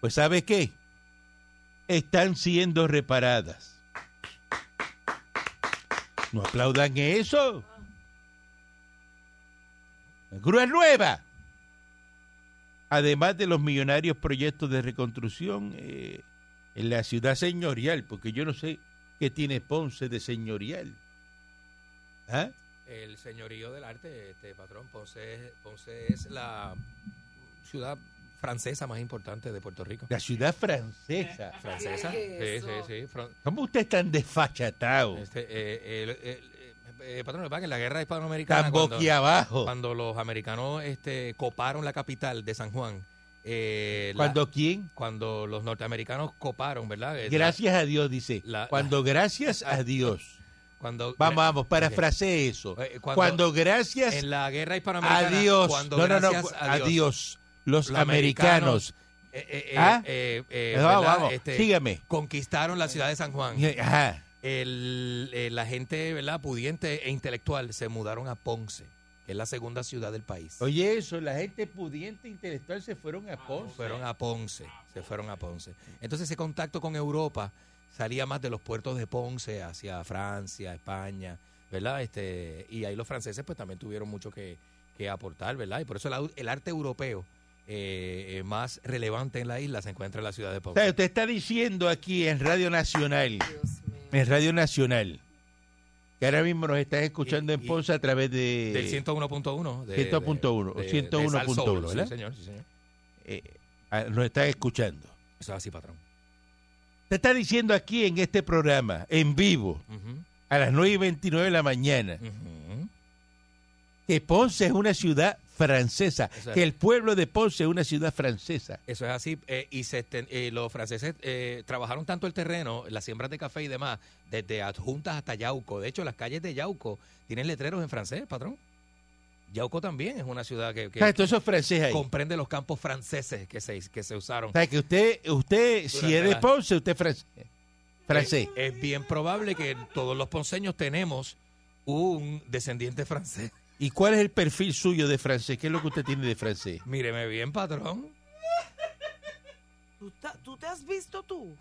[SPEAKER 3] Pues ¿sabes qué? Están siendo reparadas. No aplaudan eso. La grúa es nueva. Además de los millonarios proyectos de reconstrucción eh, en la ciudad señorial, porque yo no sé qué tiene Ponce de señorial. ¿Ah?
[SPEAKER 4] El señorío del arte, este patrón, Ponce, es- Ponce es la ciudad francesa más importante de Puerto Rico.
[SPEAKER 3] La ciudad francesa.
[SPEAKER 4] ¿Francesa? Sí,
[SPEAKER 5] ¿Qué
[SPEAKER 4] sí,
[SPEAKER 5] es
[SPEAKER 4] sí. Fran-
[SPEAKER 3] ¿Cómo usted es tan desfachatado?
[SPEAKER 4] Este, eh, el- el- eh, eh, patrón, lo que pasa es que en la guerra hispanoamericana.
[SPEAKER 3] Tan
[SPEAKER 4] cuando-
[SPEAKER 3] boquiabajo. Cuando,
[SPEAKER 4] cuando los americanos este, coparon la capital de San Juan, eh, la-
[SPEAKER 3] quién?
[SPEAKER 4] cuando los norteamericanos coparon, ¿verdad? Eh, la-
[SPEAKER 3] Gracias a Dios, dice.
[SPEAKER 4] la-
[SPEAKER 3] cuando gracias a Dios.
[SPEAKER 4] cuando,
[SPEAKER 3] Vamos, vamos,
[SPEAKER 4] Ok.
[SPEAKER 3] parafrasee eso.
[SPEAKER 4] Eh,
[SPEAKER 3] Cuando,
[SPEAKER 4] cuando-
[SPEAKER 3] gracias
[SPEAKER 4] En la guerra
[SPEAKER 3] a
[SPEAKER 4] hispanoamericana.
[SPEAKER 3] Dios.
[SPEAKER 4] Cuando
[SPEAKER 3] No, no, no,
[SPEAKER 4] gracias
[SPEAKER 3] a Dios. Los,
[SPEAKER 4] los
[SPEAKER 3] americanos.
[SPEAKER 4] eh, eh, eh,
[SPEAKER 3] ¿Ah?
[SPEAKER 4] eh, eh,
[SPEAKER 3] vamos,
[SPEAKER 4] ¿verdad?
[SPEAKER 3] vamos,
[SPEAKER 4] Este,
[SPEAKER 3] sígame.
[SPEAKER 4] Conquistaron la ciudad de San Juan.
[SPEAKER 3] Ajá.
[SPEAKER 4] El- eh, la gente, ¿verdad? Pudiente e intelectual se mudaron a Ponce, que es la segunda ciudad del país.
[SPEAKER 3] Oye, eso, la gente pudiente intelectual se fueron a Ponce.
[SPEAKER 4] fueron a Ponce, se fueron a Ponce. Entonces ese contacto con Europa salía más de los puertos de Ponce hacia Francia, España, ¿verdad? Este, y ahí los franceses pues también tuvieron mucho que, que aportar, ¿verdad? Y por eso el, au- el arte europeo eh, eh, más relevante en la isla se encuentra en la ciudad de
[SPEAKER 3] O
[SPEAKER 4] Ponce.
[SPEAKER 3] sea, usted está diciendo aquí en Radio Nacional,
[SPEAKER 5] Dios mío.
[SPEAKER 3] en Radio Nacional, que ahora mismo nos estás escuchando
[SPEAKER 4] Y-
[SPEAKER 3] en
[SPEAKER 4] y-
[SPEAKER 3] Ponce a través de...
[SPEAKER 4] Del 101.1. de-
[SPEAKER 3] 101.1,
[SPEAKER 4] de- de- de
[SPEAKER 3] 101.1,
[SPEAKER 4] Sal Soul,
[SPEAKER 3] ¿verdad?
[SPEAKER 4] Sí, señor, sí, señor.
[SPEAKER 3] eh, ah, nos estás escuchando.
[SPEAKER 4] Eso es así, patrón.
[SPEAKER 3] Te está diciendo aquí en este programa, en vivo,
[SPEAKER 4] Ujú,
[SPEAKER 3] a las 9 y 29 de la mañana,
[SPEAKER 4] ujú.
[SPEAKER 3] que Ponce es una ciudad francesa,
[SPEAKER 4] Exacto.
[SPEAKER 3] que el pueblo de Ponce es una ciudad francesa.
[SPEAKER 4] Eso es así. eh, y se esten- eh, los franceses eh, trabajaron tanto el terreno, las siembras de café y demás, desde Adjuntas hasta Yauco. De hecho, las calles de Yauco tienen letreros en francés, patrón. Yauco también es una ciudad que, que
[SPEAKER 3] ¿Sabes? Ah, Todos esos franceses ahí.
[SPEAKER 4] comprende los campos franceses que se, que se usaron.
[SPEAKER 3] ¿Sabes? Que usted, usted si
[SPEAKER 4] Durante
[SPEAKER 3] es de
[SPEAKER 4] la-
[SPEAKER 3] Ponce, usted es francés. Francés.
[SPEAKER 4] Es bien probable que todos los ponceños tenemos un descendiente francés.
[SPEAKER 3] ¿Y cuál es el perfil suyo de francés? ¿Qué es lo que usted tiene de francés?
[SPEAKER 4] Míreme bien, patrón.
[SPEAKER 5] ¿Tú, ta- tú te has visto tú?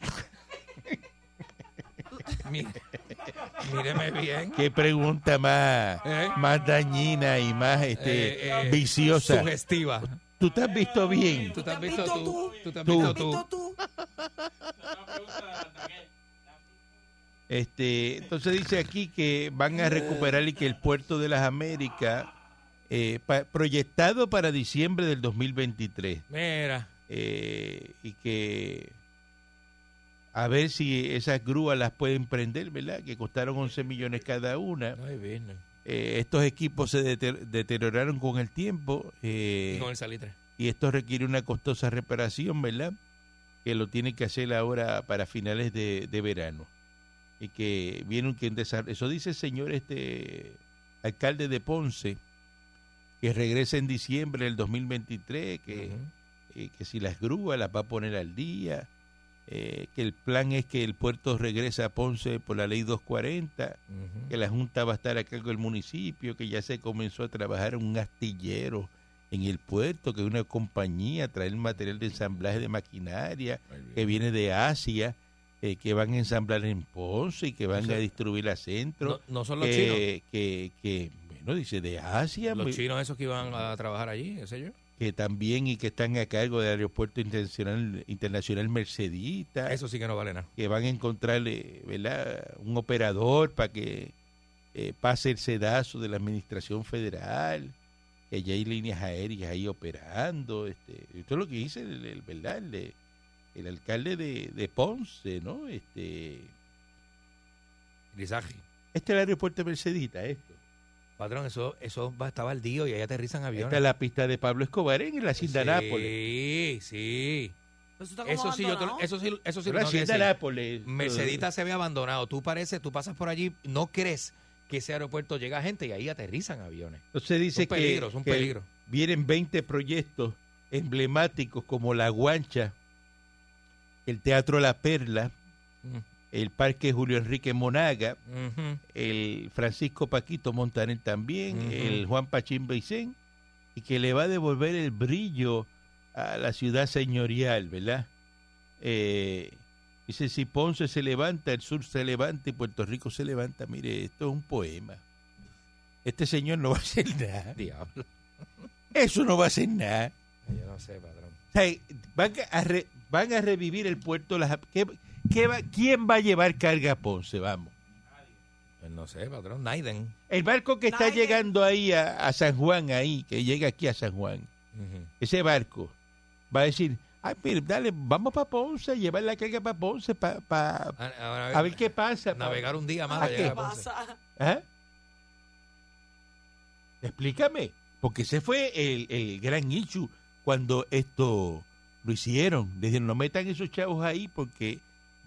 [SPEAKER 4] Mí- Míreme bien.
[SPEAKER 3] Qué pregunta más,
[SPEAKER 4] ¿Eh?
[SPEAKER 3] más dañina y más este,
[SPEAKER 4] Eh, eh,
[SPEAKER 3] viciosa.
[SPEAKER 4] Sugestiva.
[SPEAKER 3] Tú te has visto bien.
[SPEAKER 4] ¿Tú te has visto tú? ¿Tú te has
[SPEAKER 3] Tú.
[SPEAKER 4] visto
[SPEAKER 5] ¿Has visto
[SPEAKER 4] tú?
[SPEAKER 5] tú?
[SPEAKER 3] Este, entonces dice aquí que van a recuperar y que el puerto de las Américas, eh, pa- proyectado para diciembre del 2023,
[SPEAKER 4] Mira.
[SPEAKER 3] eh, y que a ver si esas grúas las pueden prender, ¿verdad? Que costaron 11 millones cada una.
[SPEAKER 4] No hay business.
[SPEAKER 3] Eh, estos equipos se deter- deterioraron con el tiempo eh,
[SPEAKER 4] Y con el salitre.
[SPEAKER 3] y esto requiere una costosa reparación, ¿verdad? Que lo tiene que hacer ahora para finales de, de verano. Y que vieron que en desarrollo. Eso dice el señor este alcalde de Ponce, que regresa en diciembre del 2023, que, eh, que si las grúas las va a poner al día, eh, que el plan es que el puerto regrese a Ponce por la ley 240 que la Junta va a estar a cargo del municipio, que ya se comenzó a trabajar un astillero en el puerto, que es una compañía, traer material de ensamblaje de maquinaria que viene de Asia, eh, que van a ensamblar en Ponce y que van
[SPEAKER 4] sea,
[SPEAKER 3] a distribuir a centro.
[SPEAKER 4] No, no son los
[SPEAKER 3] eh,
[SPEAKER 4] chinos.
[SPEAKER 3] que, que, que, bueno, dice de Asia,
[SPEAKER 4] Los
[SPEAKER 3] pues,
[SPEAKER 4] chinos esos que iban a trabajar allí, qué sé yo.
[SPEAKER 3] que también y que están a cargo del Aeropuerto Internacional, Internacional Mercedita
[SPEAKER 4] Eso sí que no vale nada.
[SPEAKER 3] que van a encontrarle ¿verdad? un operador para que eh, pase el sedazo de la administración federal, que ya hay líneas aéreas ahí operando. Este, esto es lo que dice el, el- ¿verdad? el, de- el alcalde de, de Ponce, ¿no? Este,
[SPEAKER 4] Grisaje.
[SPEAKER 3] este es el aeropuerto de Mercedita, ¿eh? esto.
[SPEAKER 4] Patrón, eso, eso va, está baldío y ahí aterrizan
[SPEAKER 3] Esta
[SPEAKER 4] aviones.
[SPEAKER 3] es la pista de Pablo Escobar en la hacienda Nápoles.
[SPEAKER 4] Sí, sí.
[SPEAKER 5] Eso está como
[SPEAKER 4] Eso sí, yo te lo-
[SPEAKER 5] abandonado.
[SPEAKER 4] eso sí, eso sí
[SPEAKER 3] Pero
[SPEAKER 4] lo
[SPEAKER 3] La
[SPEAKER 4] tengo que
[SPEAKER 3] hacienda
[SPEAKER 4] decir.
[SPEAKER 3] Nápoles.
[SPEAKER 4] Mercedita se había abandonado. Tú pareces, tú pasas por allí, no crees que ese aeropuerto llega gente y ahí aterrizan aviones.
[SPEAKER 3] Entonces dice
[SPEAKER 4] un peligro,
[SPEAKER 3] que,
[SPEAKER 4] es un
[SPEAKER 3] que
[SPEAKER 4] peligro.
[SPEAKER 3] vienen 20 proyectos emblemáticos como La Guancha, el Teatro La Perla, el Parque Julio Enrique Monaga,
[SPEAKER 4] Ujú.
[SPEAKER 3] el Francisco Paquito Montaner también,
[SPEAKER 4] Ujú.
[SPEAKER 3] el Juan Pachín Beicén, y que le va a devolver el brillo a la ciudad señorial, ¿verdad? Eh, dice, si Ponce se levanta, el sur se levanta y Puerto Rico se levanta, mire, esto es un poema. Este señor no va a hacer nada.
[SPEAKER 4] Diablo.
[SPEAKER 3] Eso no va a hacer nada.
[SPEAKER 4] Yo no sé, patrón.
[SPEAKER 3] O sea, van, a re- van a revivir el puerto. Las, ¿qué- qué va- ¿Quién va a llevar carga a Ponce? Vamos.
[SPEAKER 4] Pues no sé, patrón. Naiden.
[SPEAKER 3] El barco que está
[SPEAKER 5] Nadie.
[SPEAKER 3] llegando ahí a, a San Juan, ahí, que llega aquí a San Juan,
[SPEAKER 4] Ujú.
[SPEAKER 3] ese barco va a decir, ay, mire, dale, vamos para Ponce, llevar la carga para Ponce, pa- pa-
[SPEAKER 4] A- a-
[SPEAKER 3] a ver qué pasa. pa-
[SPEAKER 4] Navegar un día más
[SPEAKER 3] ¿A
[SPEAKER 4] para
[SPEAKER 3] qué?
[SPEAKER 4] llegar a
[SPEAKER 5] ¿Qué
[SPEAKER 4] Ponce.
[SPEAKER 5] pasa?
[SPEAKER 3] ¿Ah? Explícame, porque ese fue el, el gran issue cuando esto lo hicieron. Le dijeron, no metan esos chavos ahí porque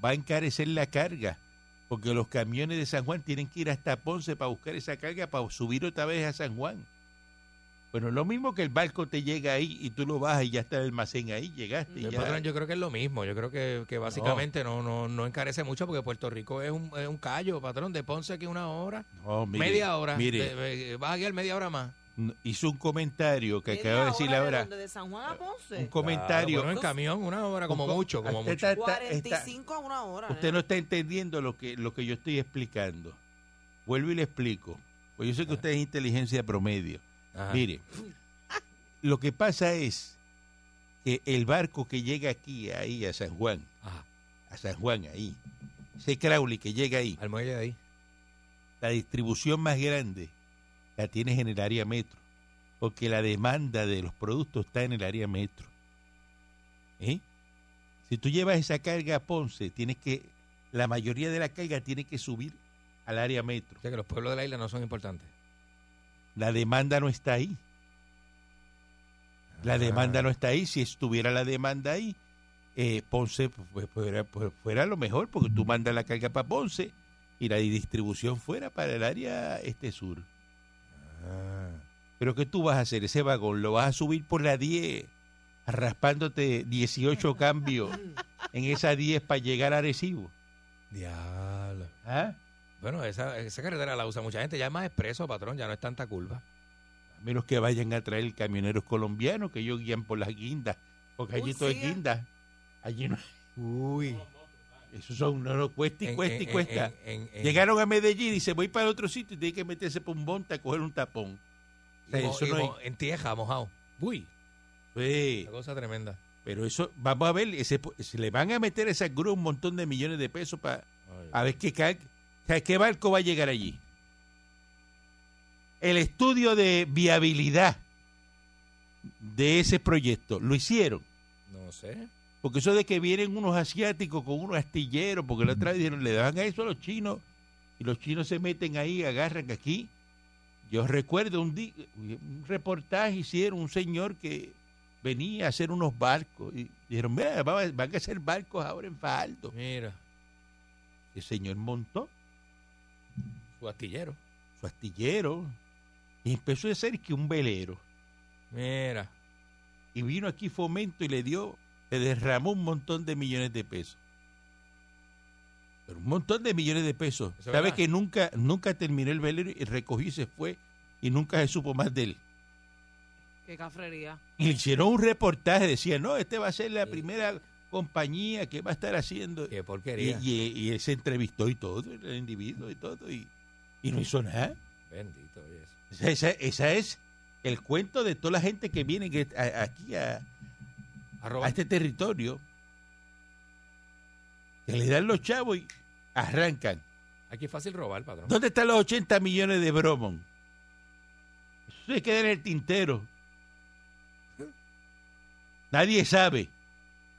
[SPEAKER 3] va a encarecer la carga. Porque los camiones de San Juan tienen que ir hasta Ponce para buscar esa carga, para subir otra vez a San Juan. Bueno, lo mismo que el barco te llega ahí y tú lo bajas y ya está el almacén ahí, llegaste. y
[SPEAKER 4] Eh,
[SPEAKER 3] ya.
[SPEAKER 4] patrón, yo creo que es lo mismo. Yo creo que, que básicamente no. No, no, encarece mucho porque Puerto Rico es un, es un callo, patrón. De Ponce aquí una hora,
[SPEAKER 3] No, mire,
[SPEAKER 4] media hora.
[SPEAKER 3] Mire,
[SPEAKER 4] De- de- vas a guiar media hora más.
[SPEAKER 3] n- hizo un comentario que
[SPEAKER 5] Media
[SPEAKER 3] acabo de decir
[SPEAKER 5] hora de
[SPEAKER 3] ahora.
[SPEAKER 5] donde, de San
[SPEAKER 4] Eh,
[SPEAKER 5] Juan a
[SPEAKER 3] Un
[SPEAKER 5] Ponce.
[SPEAKER 3] comentario.
[SPEAKER 4] Claro, Ah, bueno, en camión, una hora, Ah, como
[SPEAKER 3] Co- este
[SPEAKER 4] mucho, como
[SPEAKER 3] usted
[SPEAKER 4] mucho.
[SPEAKER 3] está- está- está-
[SPEAKER 5] 45 a una hora.
[SPEAKER 3] Usted no
[SPEAKER 5] nena.
[SPEAKER 3] está entendiendo lo que, lo que yo estoy explicando. Vuelvo y le explico. Pues yo sé que usted es inteligencia promedio.
[SPEAKER 4] Ajá.
[SPEAKER 3] Mire, lo que pasa es que el barco que llega aquí, ahí, a San Juan,
[SPEAKER 4] Ajá.
[SPEAKER 3] a San Juan, ahí, ese Crowley que llega ahí,
[SPEAKER 4] Al muelle de ahí.
[SPEAKER 3] la distribución más grande la tienes en el área metro, porque la demanda de los productos está en el área metro. ¿Eh? Si tú llevas esa carga a Ponce, tienes que, la mayoría de la carga tiene que subir al área metro.
[SPEAKER 4] O sea que los pueblos de la isla no son importantes.
[SPEAKER 3] La demanda no está ahí. La demanda no está ahí. Si estuviera la demanda ahí, eh, Ponce pues, fuera, pues, fuera lo mejor, porque tú mandas la carga para Ponce y la distribución fuera para el área este sur. Pero ¿qué tú vas a hacer? Ese vagón lo vas a subir por la 10, raspándote 18 cambios en esa 10 para llegar a Arecibo.
[SPEAKER 4] Diablo.
[SPEAKER 3] ¿Ah?
[SPEAKER 4] Bueno, esa, esa carretera la usa mucha gente. Ya es más expreso, patrón. Ya no es tanta curva.
[SPEAKER 3] A menos que vayan a traer camioneros colombianos que ellos guían por las guindas, porque allí
[SPEAKER 5] Uy,
[SPEAKER 3] todo es
[SPEAKER 5] sí, ah.
[SPEAKER 3] guinda. Allí no,
[SPEAKER 4] Uy.
[SPEAKER 3] eso son, no, no, cuesta
[SPEAKER 5] Eh,
[SPEAKER 3] y cuesta y cuesta.
[SPEAKER 4] en- en-
[SPEAKER 3] Llegaron a Medellín y se voy para otro sitio y tiene que meterse por un bonte a coger un tapón. O sea,
[SPEAKER 4] y mo-
[SPEAKER 3] eso
[SPEAKER 4] y
[SPEAKER 3] no
[SPEAKER 4] mo- En tieja, mojado. Uy.
[SPEAKER 3] es- Sí,
[SPEAKER 4] Una cosa tremenda.
[SPEAKER 3] Pues, pero eso, vamos a ver, ese, se le van a meter a esa grúa un montón de millones de pesos para A ver qué, ca- o sea, qué barco va a llegar allí. El estudio de viabilidad de ese proyecto lo hicieron.
[SPEAKER 4] No sé.
[SPEAKER 3] Porque eso de que vienen unos asiáticos con unos astilleros, porque la otra vez dijeron, le daban a eso a los chinos, y los chinos se meten ahí, agarran aquí. Yo recuerdo un, di- un reportaje hicieron un señor que venía a hacer unos barcos, y dijeron, mira, va- van a hacer barcos ahora en Faldo.
[SPEAKER 4] Mira,
[SPEAKER 3] El señor montó
[SPEAKER 4] su astillero.
[SPEAKER 3] su astillero y empezó a hacer que un velero
[SPEAKER 4] Mira.
[SPEAKER 3] y vino aquí Fomento y le dio le derramó un montón de millones de pesos pero un montón de millones de pesos
[SPEAKER 4] Eso es
[SPEAKER 3] sabe
[SPEAKER 4] verdad.
[SPEAKER 3] que nunca nunca terminó el velero y recogió y se fue y nunca se supo más de él
[SPEAKER 5] Qué cafrería.
[SPEAKER 3] y le hicieron un reportaje decía no este va a ser la primera compañía que va a estar haciendo
[SPEAKER 4] Qué
[SPEAKER 3] y,
[SPEAKER 4] porquería.
[SPEAKER 3] y, y él se entrevistó y todo el individuo y todo y, y no hizo nada
[SPEAKER 4] Bendito Dios.
[SPEAKER 3] Esa, esa- esa es el cuento de toda la gente que viene que- a- aquí a, a
[SPEAKER 4] Arroba.
[SPEAKER 3] este territorio. Que le dan los chavos y arrancan.
[SPEAKER 4] Aquí es fácil robar, patrón.
[SPEAKER 3] ¿Dónde están los 80 millones de Bromon? Eso se queda en el tintero. Nadie sabe.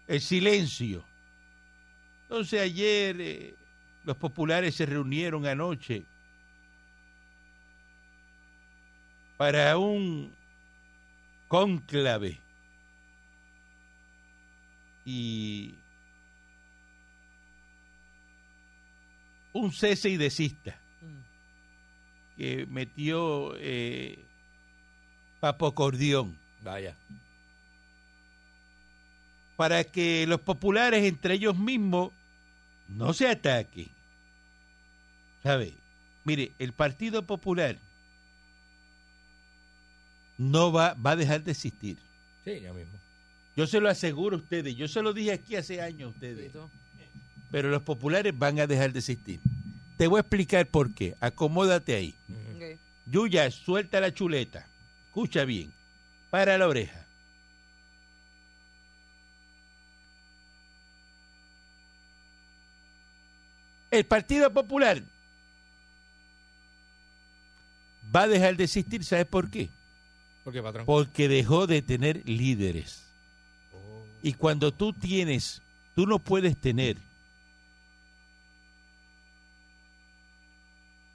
[SPEAKER 3] El silencio. Entonces ayer eh, los populares se reunieron anoche para un cónclave. Y un cese y desista
[SPEAKER 5] Mm.
[SPEAKER 3] que metió eh, Papo Cordión
[SPEAKER 4] Vaya.
[SPEAKER 3] para que los populares entre ellos mismos no se ataquen. ¿Sabe? Mire, el Partido Popular no va, va a dejar de existir.
[SPEAKER 4] Sí, ya mismo.
[SPEAKER 3] Yo se lo aseguro a ustedes, yo se lo dije aquí hace años a ustedes, pero los populares van a dejar de existir. Te voy a explicar por qué. Acomódate ahí.
[SPEAKER 5] Ok.
[SPEAKER 3] Yuya, suelta la chuleta. Escucha bien. Para la oreja. El Partido Popular va a dejar de existir, ¿sabes por qué?
[SPEAKER 4] ¿Por qué, patrón?
[SPEAKER 3] Porque dejó de tener líderes. Y cuando tú tienes, tú no puedes tener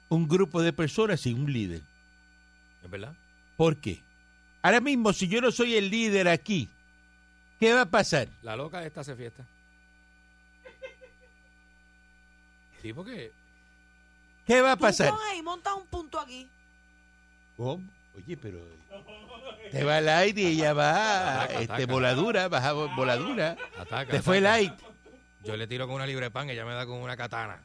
[SPEAKER 3] un grupo de personas sin un líder.
[SPEAKER 4] ¿Es verdad?
[SPEAKER 3] ¿Por qué? Ahora mismo, si yo no soy el líder aquí, ¿qué va a pasar?
[SPEAKER 4] La loca esta hace fiesta. Sí, porque
[SPEAKER 3] ¿Qué va a
[SPEAKER 5] Tú
[SPEAKER 3] pasar?
[SPEAKER 5] coges y montas un punto aquí.
[SPEAKER 3] ¿Cómo? Oye, pero... Te va light y ella va
[SPEAKER 4] Ataca,
[SPEAKER 3] este,
[SPEAKER 4] ataca.
[SPEAKER 3] voladura, baja vo- voladura.
[SPEAKER 4] ataca.
[SPEAKER 3] Te fue
[SPEAKER 4] ataca.
[SPEAKER 3] light.
[SPEAKER 4] Yo le tiro con una libre pan, ella me da con una katana.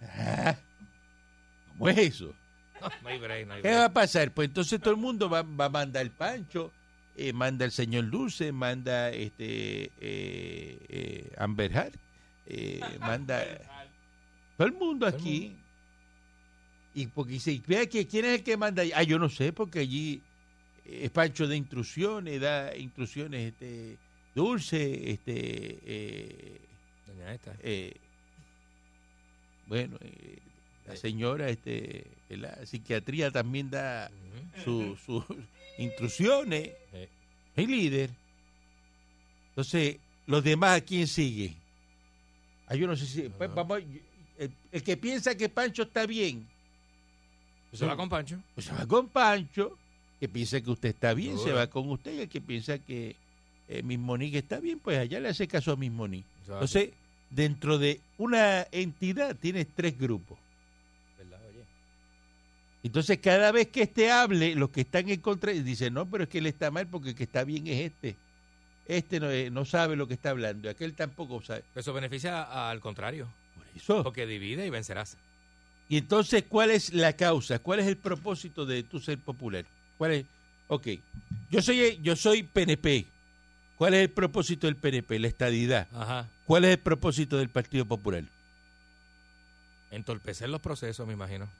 [SPEAKER 3] ¿Cómo es eso?
[SPEAKER 4] No, no hay break, no hay
[SPEAKER 3] ¿Qué va
[SPEAKER 4] break.
[SPEAKER 3] a pasar? Pues entonces todo el mundo va, va a mandar el Pancho, eh, manda el señor Dulce, manda este eh, eh, Amber Heard, eh, manda todo el mundo
[SPEAKER 4] el
[SPEAKER 3] aquí. Y porque dice, vea que quién es el que manda. ahí?". Ah, yo no sé, porque allí eh, es Pancho de intrusiones, da intrusiones este Dulce, este eh,
[SPEAKER 4] Doña esta.
[SPEAKER 3] eh, bueno, eh, la señora, este, la psiquiatría también da su-
[SPEAKER 4] Ujú.
[SPEAKER 3] sus intrusiones.
[SPEAKER 4] Sí.
[SPEAKER 3] Hay líder. Entonces, los demás, ¿a quién sigue? Ah, yo no sé si. pues,
[SPEAKER 4] Ajá.
[SPEAKER 3] vamos, a- el, el que piensa que Pancho está bien,
[SPEAKER 4] Eso va con Pancho.
[SPEAKER 3] pues se va con Pancho. Que piensa que usted está bien, se
[SPEAKER 4] Seguro.
[SPEAKER 3] va con usted. Y el que piensa que eh, Miss Monique está bien, pues allá le hace caso a Miss Monique.
[SPEAKER 4] Eso va
[SPEAKER 3] Entonces, dentro de una entidad tienes tres grupos.
[SPEAKER 4] con- ¿Verdad? Oye.
[SPEAKER 3] Entonces, cada vez que este hable, los que están en contra dicen, no, pero es que él está mal porque el que está bien es este. Este no, es- no sabe lo que está hablando, aquel tampoco sabe.
[SPEAKER 4] Eso beneficia a- al contrario.
[SPEAKER 3] Por eso.
[SPEAKER 4] Porque divide y vencerás.
[SPEAKER 3] Y entonces, ¿cuál es la causa? ¿Cuál es el propósito de tu ser popular? ¿Cuál es? Ok, yo soy, eh, yo soy PNP. ¿Cuál es el propósito del PNP? La estadidad.
[SPEAKER 4] Ajá.
[SPEAKER 3] ¿Cuál es el propósito del Partido Popular?
[SPEAKER 4] Entorpecer los procesos, me imagino.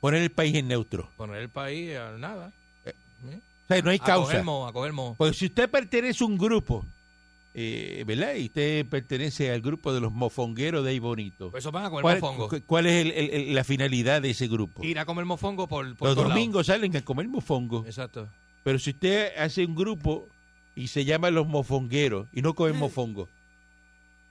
[SPEAKER 3] Poner el país en neutro.
[SPEAKER 4] Poner el país a nada. ¿Eh?
[SPEAKER 3] O sea, no hay
[SPEAKER 4] A coger
[SPEAKER 3] causa.
[SPEAKER 4] moho, a coger moho.
[SPEAKER 3] Porque si usted pertenece a un grupo, eh, ¿verdad? Y usted pertenece al grupo de los mofongueros de ahí bonito.
[SPEAKER 4] Pues Eso van a comer
[SPEAKER 3] ¿Cuál,
[SPEAKER 4] mofongo.
[SPEAKER 3] cu- cuál es el- el- el- la finalidad de ese grupo?
[SPEAKER 4] Ir a comer mofongo por, por
[SPEAKER 3] Los
[SPEAKER 4] todos lados.
[SPEAKER 3] domingos salen a comer mofongo.
[SPEAKER 4] Exacto.
[SPEAKER 3] Pero si usted hace un grupo y se llama los mofongueros y no comen mofongo.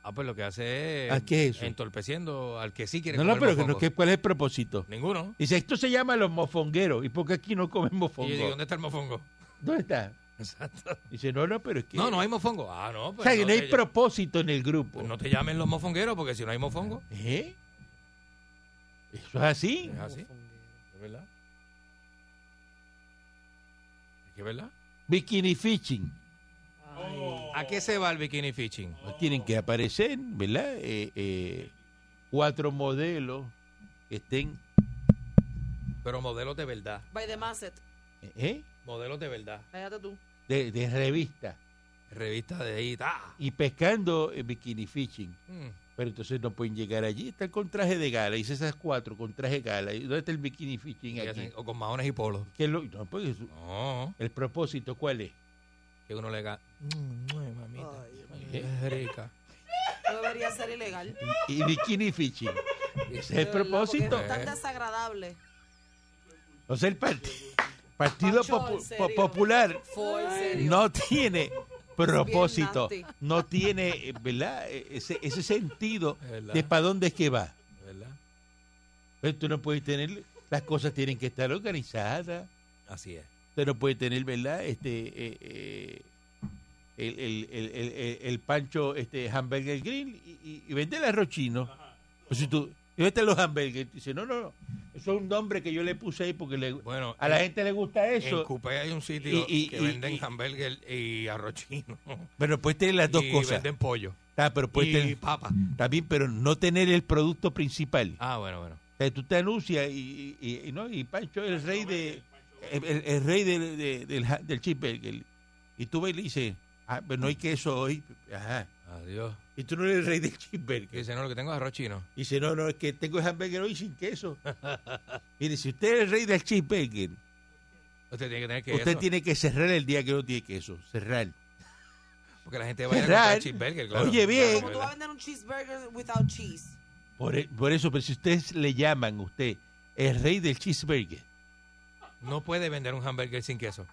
[SPEAKER 4] Ah, pues lo que hace es
[SPEAKER 3] ¿A Ah, qué es eso?
[SPEAKER 4] entorpeciendo al que sí quiere
[SPEAKER 3] No, no,
[SPEAKER 4] comer
[SPEAKER 3] pero que no,
[SPEAKER 4] mofongo.
[SPEAKER 3] que- ¿cuál es el propósito?
[SPEAKER 4] Ninguno.
[SPEAKER 3] Dice, esto se llama los mofongueros. ¿Y por qué aquí no comen
[SPEAKER 4] Y
[SPEAKER 3] mofongo?
[SPEAKER 4] yo digo, ¿dónde está el mofongo?
[SPEAKER 3] ¿Dónde está?
[SPEAKER 4] Exacto.
[SPEAKER 3] Dice, no, no, pero es que...
[SPEAKER 4] No, no hay mofongo. Ah, no.
[SPEAKER 3] O
[SPEAKER 4] Pues
[SPEAKER 3] sea, que no
[SPEAKER 4] te
[SPEAKER 3] hay
[SPEAKER 4] ll-
[SPEAKER 3] propósito en el grupo.
[SPEAKER 4] pues no te llamen los mofongueros porque si no hay mofongo.
[SPEAKER 3] ¿Eh? ¿Eso es así?
[SPEAKER 4] Es así. Es verdad. Es que es verdad.
[SPEAKER 3] Bikini Fishing. Oh.
[SPEAKER 4] ¿A qué se va el bikini fishing?
[SPEAKER 3] Pues tienen que aparecer, ¿verdad? Eh, eh, cuatro modelos que estén.
[SPEAKER 4] Pero modelos de verdad.
[SPEAKER 5] By the Masset.
[SPEAKER 3] ¿eh?
[SPEAKER 4] Modelos de verdad.
[SPEAKER 5] Cállate tú.
[SPEAKER 3] De, de revista
[SPEAKER 4] Revista de ahí. ¡Ah!
[SPEAKER 3] y pescando eh, bikini fishing.
[SPEAKER 4] Mm.
[SPEAKER 3] Pero entonces no pueden llegar allí. Están con traje de gala. Hice esas cuatro con traje de gala. ¿Y ¿Dónde está el bikini fishing
[SPEAKER 4] Y
[SPEAKER 3] aquí?
[SPEAKER 4] hacen- O con maones y polos.
[SPEAKER 3] ¿Qué es lo- no, pues, eso-
[SPEAKER 4] No.
[SPEAKER 3] ¿El propósito cuál es?
[SPEAKER 4] Que uno le gana. mamita.
[SPEAKER 5] Ay,
[SPEAKER 4] Es rica.
[SPEAKER 5] Eso debería ser ilegal.
[SPEAKER 3] Y, y bikini fishing. Ese es el
[SPEAKER 5] De verdad, porque
[SPEAKER 3] propósito.
[SPEAKER 5] Es
[SPEAKER 4] Eh.
[SPEAKER 5] tan desagradable.
[SPEAKER 3] O sea, el parti- Partido
[SPEAKER 5] Pancho,
[SPEAKER 3] Popu-
[SPEAKER 5] en serio.
[SPEAKER 3] Po- Popular
[SPEAKER 5] Fue en serio.
[SPEAKER 3] no tiene propósito,
[SPEAKER 5] Bien nasty.
[SPEAKER 3] no tiene, eh, ¿verdad? Eh, Ese, ese sentido
[SPEAKER 4] Es verdad.
[SPEAKER 3] de para dónde es que va.
[SPEAKER 4] Es verdad.
[SPEAKER 3] Pero tú no puedes tener, las cosas tienen que estar organizadas,
[SPEAKER 4] Así es.
[SPEAKER 3] usted no puede tener, ¿verdad? Este, eh, eh, el, el- el- el- el- el pancho este hamburger grill y, y, y vender el arroz chino. Pues si tú, ¿Y dónde están los hamburgues? Dice, no, no, no. Eso es un nombre que yo le puse ahí porque le-
[SPEAKER 4] Bueno,
[SPEAKER 3] a la
[SPEAKER 4] en-
[SPEAKER 3] gente le gusta
[SPEAKER 4] En
[SPEAKER 3] eso.
[SPEAKER 4] Coupé hay un sitio
[SPEAKER 3] Y- y-
[SPEAKER 4] que
[SPEAKER 3] y-
[SPEAKER 4] venden
[SPEAKER 3] y-
[SPEAKER 4] hamburger y arroz chino.
[SPEAKER 3] Pero puedes tener las dos
[SPEAKER 4] y
[SPEAKER 3] cosas.
[SPEAKER 4] venden pollo.
[SPEAKER 3] Ah, pero puedes
[SPEAKER 4] y
[SPEAKER 3] tener-
[SPEAKER 4] papa.
[SPEAKER 3] también, pero no tener el producto principal.
[SPEAKER 4] Ah, bueno, bueno.
[SPEAKER 3] O sea, tú te anuncias y, y- y- no, y Pancho es el rey de el, el- el rey del, de- del, ha- del cheeseburger. Y tú ves y le dices, ah, pero no hay queso hoy. Ajá.
[SPEAKER 4] Adiós.
[SPEAKER 3] Y tú no eres el rey del
[SPEAKER 4] Y
[SPEAKER 3] cheeseburger.
[SPEAKER 4] dice, no, lo que tengo es arroz chino.
[SPEAKER 3] Y dice, no, no, es que tengo el hamburger hoy sin queso. Y dice, usted es el rey del cheeseburger.
[SPEAKER 4] Usted tiene que tener que
[SPEAKER 3] Usted
[SPEAKER 4] eso,
[SPEAKER 3] tiene que cerrar el día que no tiene queso. Cerrar.
[SPEAKER 4] Porque la gente va a ir a comprar
[SPEAKER 3] Cerrar.
[SPEAKER 4] cheeseburger, claro.
[SPEAKER 3] Oye, bien.
[SPEAKER 5] Como tú vas a vender un cheeseburger without cheese.
[SPEAKER 3] Por, e- por eso, pero si ustedes le llaman a usted el rey del cheeseburger.
[SPEAKER 4] No puede vender un hamburger sin queso.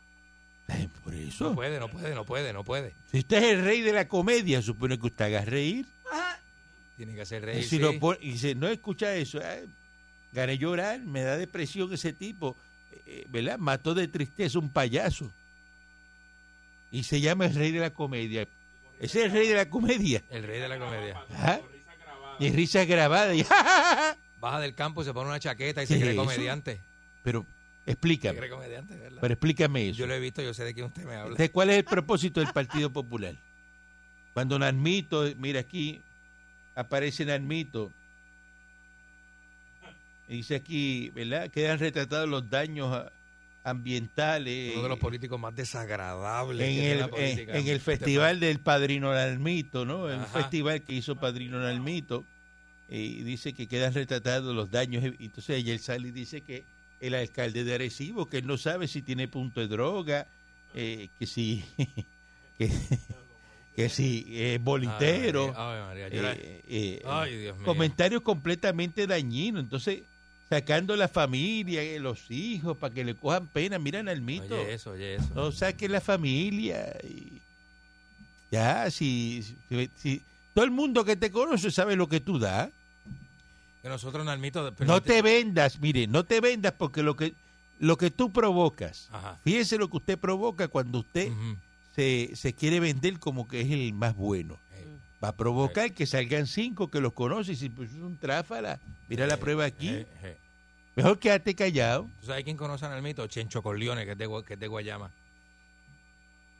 [SPEAKER 3] Ay, Por
[SPEAKER 4] No
[SPEAKER 3] eso.
[SPEAKER 4] puede, no puede, no puede, no puede.
[SPEAKER 3] Si usted es el rey de la comedia, supone que usted haga reír.
[SPEAKER 4] Tiene que hacer
[SPEAKER 3] Y
[SPEAKER 4] reír.
[SPEAKER 3] si
[SPEAKER 4] sí.
[SPEAKER 3] lo pone- y dice, no escucha eso, ay, gané llorar, me da depresión ese tipo, eh, eh, ¿verdad? Mató de tristeza un payaso. Y se llama el rey de la comedia. Ese es el rey de la comedia.
[SPEAKER 4] El rey de la comedia.
[SPEAKER 3] Ajá. Y risa grabada. y
[SPEAKER 4] Baja del campo, se pone una chaqueta y
[SPEAKER 3] ¿Qué
[SPEAKER 4] se
[SPEAKER 3] es
[SPEAKER 4] cree
[SPEAKER 3] eso?
[SPEAKER 4] comediante.
[SPEAKER 3] Pero
[SPEAKER 4] Se cree
[SPEAKER 3] explícame,
[SPEAKER 4] comediante, ¿verdad?
[SPEAKER 3] pero explícame eso.
[SPEAKER 4] Yo lo he visto, yo sé de quién usted me habla.
[SPEAKER 3] ¿De ¿Cuál es el propósito del Partido Popular? Cuando Narmito, mira aquí, aparece Narmito. Y dice aquí, ¿verdad? Quedan retratados los daños ah, ambientales eh,
[SPEAKER 4] Uno de los
[SPEAKER 3] en,
[SPEAKER 4] políticos más desagradables que tiene
[SPEAKER 3] el,
[SPEAKER 4] la
[SPEAKER 3] Este, en-
[SPEAKER 4] política. este
[SPEAKER 3] en el festival del Padrino Narmito, ¿no? El
[SPEAKER 4] Ajá.
[SPEAKER 3] festival que hizo Padrino Narmito. Y dice que quedan retratados los daños. Y Entonces ayer sale y dice que el alcalde de Arecibo, que él no sabe si tiene punto de droga, eh, que si que, que si es bolitero.
[SPEAKER 4] Ay, María,
[SPEAKER 3] eh,
[SPEAKER 4] yo la-
[SPEAKER 3] eh,
[SPEAKER 4] Ay, Dios mío.
[SPEAKER 3] comentarios completamente dañinos. Entonces, sacando la familia, eh, los hijos, para que le cojan pena. Mira, Nalmito,
[SPEAKER 4] Oye, eso, oye, eso.
[SPEAKER 3] no saquen la familia. y- ya, si, si- si- todo el mundo que te conoce sabe lo que tú das.
[SPEAKER 4] Que nosotros, Nalmito.
[SPEAKER 3] No te vendas, mire, no te vendas porque lo que, lo que tú provocas,
[SPEAKER 4] Ajá.
[SPEAKER 3] fíjese lo que usted provoca cuando usted
[SPEAKER 4] Ah. Ujú.
[SPEAKER 3] se, se quiere vender como que es el más bueno.
[SPEAKER 4] Eh,
[SPEAKER 3] Va a provocar que salgan cinco que los conoces y si pues, es un tráfala. Mira la prueba aquí.
[SPEAKER 4] eh, eh.
[SPEAKER 3] Mejor quédate callado.
[SPEAKER 4] ¿Tú sabes quién conoce a Nalmito? Chencho Corleone, que es de, Gua- que es de Guayama.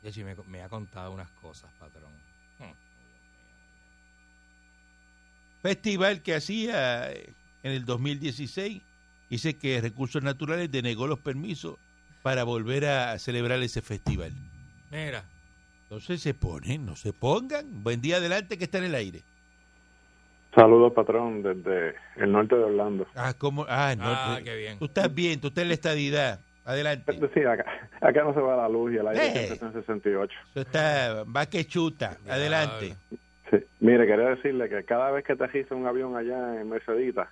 [SPEAKER 4] Yechi me, me ha contado unas cosas, patrón.
[SPEAKER 3] Festival que hacía eh, en el 2016, dice que Recursos Naturales denegó los permisos para volver a celebrar ese festival.
[SPEAKER 4] Mira,
[SPEAKER 3] Entonces se ponen, no se pongan. Buen día adelante que está en el aire.
[SPEAKER 6] Saludos, patrón, desde el norte de Orlando.
[SPEAKER 3] Ah, ¿cómo? Ah, no.
[SPEAKER 4] ah,
[SPEAKER 3] tú-
[SPEAKER 4] qué bien.
[SPEAKER 3] Tú estás bien, tú estás en la estadidad. Adelante.
[SPEAKER 6] Sí, acá, acá no se va la luz y el aire
[SPEAKER 3] Eh.
[SPEAKER 6] siempre está en 68.
[SPEAKER 3] Eso está, va que chuta. Adelante.
[SPEAKER 6] Sí. Mire, quería decirle que cada vez que aterriza un avión allá en Mercedita,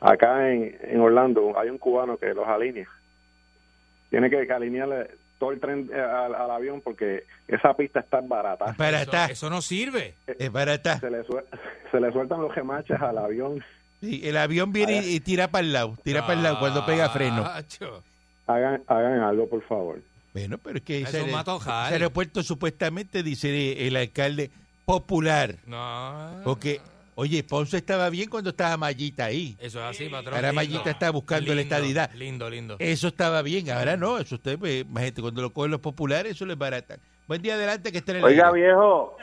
[SPEAKER 6] acá en, en Orlando, hay un cubano que los alinea. Tiene que alinearle todo el tren eh, al, al avión porque esa pista está barata.
[SPEAKER 3] Es barata,
[SPEAKER 4] Eso, eso no sirve.
[SPEAKER 3] es barata.
[SPEAKER 6] Se le, suel- se le sueltan los gemaches al avión.
[SPEAKER 3] Sí, el avión viene y, y tira para el lado, tira para el lado cuando pega freno.
[SPEAKER 4] Tacho.
[SPEAKER 6] Hagan, hagan algo, por favor.
[SPEAKER 3] Bueno, pero es que
[SPEAKER 4] Es
[SPEAKER 3] ese
[SPEAKER 4] un
[SPEAKER 3] aer-
[SPEAKER 4] matojal.
[SPEAKER 3] ese aeropuerto supuestamente dice eh, el alcalde popular.
[SPEAKER 4] No.
[SPEAKER 3] Porque, oye, Ponce estaba bien cuando estaba Mallita ahí.
[SPEAKER 4] Eso es así, patrón.
[SPEAKER 3] Ahora
[SPEAKER 4] Lindo.
[SPEAKER 3] Mallita está buscando la
[SPEAKER 4] Lindo,
[SPEAKER 3] estadidad. Eh.
[SPEAKER 4] Lindo, lindo.
[SPEAKER 3] Eso estaba bien, ahora no. Eso usted, pues, imagínate, cuando lo cogen los populares, eso les barata. Buen día adelante que estén en el
[SPEAKER 7] Oiga,
[SPEAKER 3] aire.
[SPEAKER 7] viejo.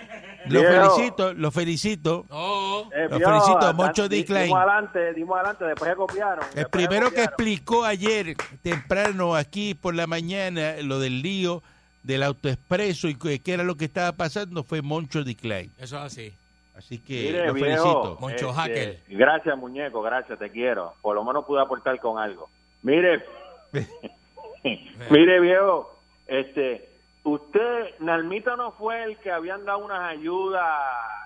[SPEAKER 3] Lo
[SPEAKER 7] viejo.
[SPEAKER 3] felicito, lo felicito.
[SPEAKER 4] Oh,
[SPEAKER 7] eh,
[SPEAKER 3] Lo felicito,
[SPEAKER 7] dan-
[SPEAKER 3] Moncho
[SPEAKER 7] di-
[SPEAKER 3] Decline.
[SPEAKER 7] Dimos adelante, dimos adelante, después se copiaron.
[SPEAKER 3] El
[SPEAKER 7] después se
[SPEAKER 3] primero que
[SPEAKER 7] copiaron.
[SPEAKER 3] explicó ayer, temprano aquí por la mañana, lo del lío del autoexpreso y que- qué era lo que estaba pasando fue Moncho Decline.
[SPEAKER 4] eso es así.
[SPEAKER 3] Así que
[SPEAKER 7] Mire,
[SPEAKER 3] lo
[SPEAKER 7] viejo,
[SPEAKER 3] felicito.
[SPEAKER 4] Moncho
[SPEAKER 7] este,
[SPEAKER 4] Hacker.
[SPEAKER 7] Gracias, muñeco, gracias, te quiero. Por lo menos pude aportar con algo. Mire, mire, viejo, este, usted, Nalmito no fue el que habían dado unas ayudas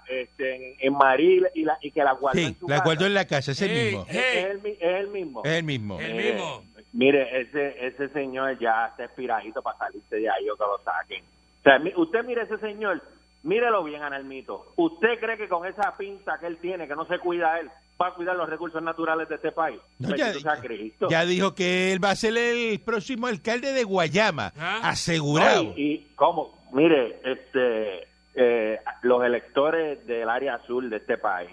[SPEAKER 7] este, en, en Maril y, la, y que la guardó
[SPEAKER 3] Sí,
[SPEAKER 7] en su
[SPEAKER 3] la
[SPEAKER 7] casa.
[SPEAKER 3] guardó en la casa, es el
[SPEAKER 4] Ey,
[SPEAKER 3] mismo.
[SPEAKER 7] Es, es el, mi- es el mismo.
[SPEAKER 3] Es el mismo.
[SPEAKER 4] El
[SPEAKER 7] Eh,
[SPEAKER 4] mismo.
[SPEAKER 7] Mire, ese, ese señor ya está espiradito para salirse de ahí o que lo saquen. O sea, mi- usted mire ese señor, mírelo bien, Analmito. ¿Usted cree que con esa pinta que él tiene, que no se cuida él, va a cuidar los recursos naturales de este país?
[SPEAKER 3] No,
[SPEAKER 7] Bendito
[SPEAKER 3] ya-
[SPEAKER 7] sea Cristo.
[SPEAKER 3] Ya dijo que él va a ser el próximo alcalde de Guayama,
[SPEAKER 4] Ah.
[SPEAKER 3] asegurado.
[SPEAKER 7] Ay, y cómo, mire, este, eh, los electores del área azul de este país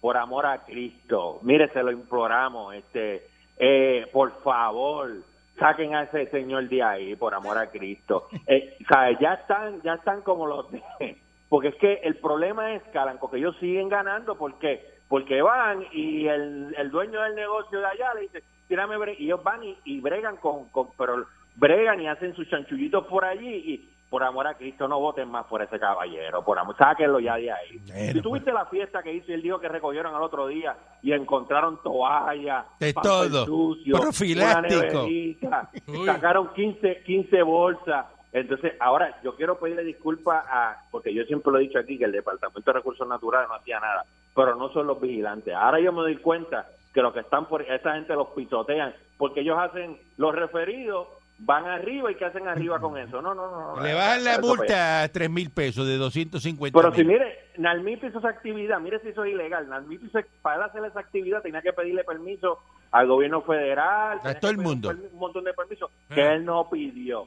[SPEAKER 7] por amor a Cristo, mire, se lo imploramos, este, eh, por favor, saquen a ese señor de ahí, por amor a Cristo. Eh, ¿sabe? Ya están, ya están como los de- porque es que el problema es, Calanco, que ellos siguen ganando, ¿por qué? Porque van y el, el dueño del negocio de allá le dice, tírame, bre-". y ellos van y, y bregan con, con- pero bregan y hacen sus chanchullitos por allí y por amor a Cristo no voten más por ese caballero, por amor, sáquenlo ya de ahí.
[SPEAKER 3] Bueno, pues.
[SPEAKER 7] si tuviste la fiesta que hizo y él dijo que recogieron al otro día y encontraron toallas,
[SPEAKER 3] De
[SPEAKER 7] papel
[SPEAKER 3] todo.
[SPEAKER 7] sucio,
[SPEAKER 3] Profiláctico.
[SPEAKER 7] una neverita,
[SPEAKER 4] Uy.
[SPEAKER 7] sacaron 15, 15 bolsas. Entonces, ahora yo quiero pedirle disculpas a, porque yo siempre lo he dicho aquí, que el Departamento de Recursos Naturales no hacía nada, pero no son los vigilantes. Ahora yo me doy cuenta que los que están por, esa gente los pisotean, porque ellos hacen los referidos, van arriba y ¿qué hacen arriba con eso? No, no, no. no.
[SPEAKER 3] Le bajan la
[SPEAKER 7] Eso, pues.
[SPEAKER 3] multa a 3 mil pesos de 250
[SPEAKER 7] Pero si
[SPEAKER 3] mil.
[SPEAKER 7] mire, Nalmip hizo esa actividad, mire si eso es ilegal. Nalmip hizo, para él hacer esa actividad tenía que pedirle permiso al gobierno federal. tenía
[SPEAKER 3] todo
[SPEAKER 7] que
[SPEAKER 3] el
[SPEAKER 7] pedir
[SPEAKER 3] mundo. Ah.
[SPEAKER 7] Un, permi- un montón de permisos que él no pidió.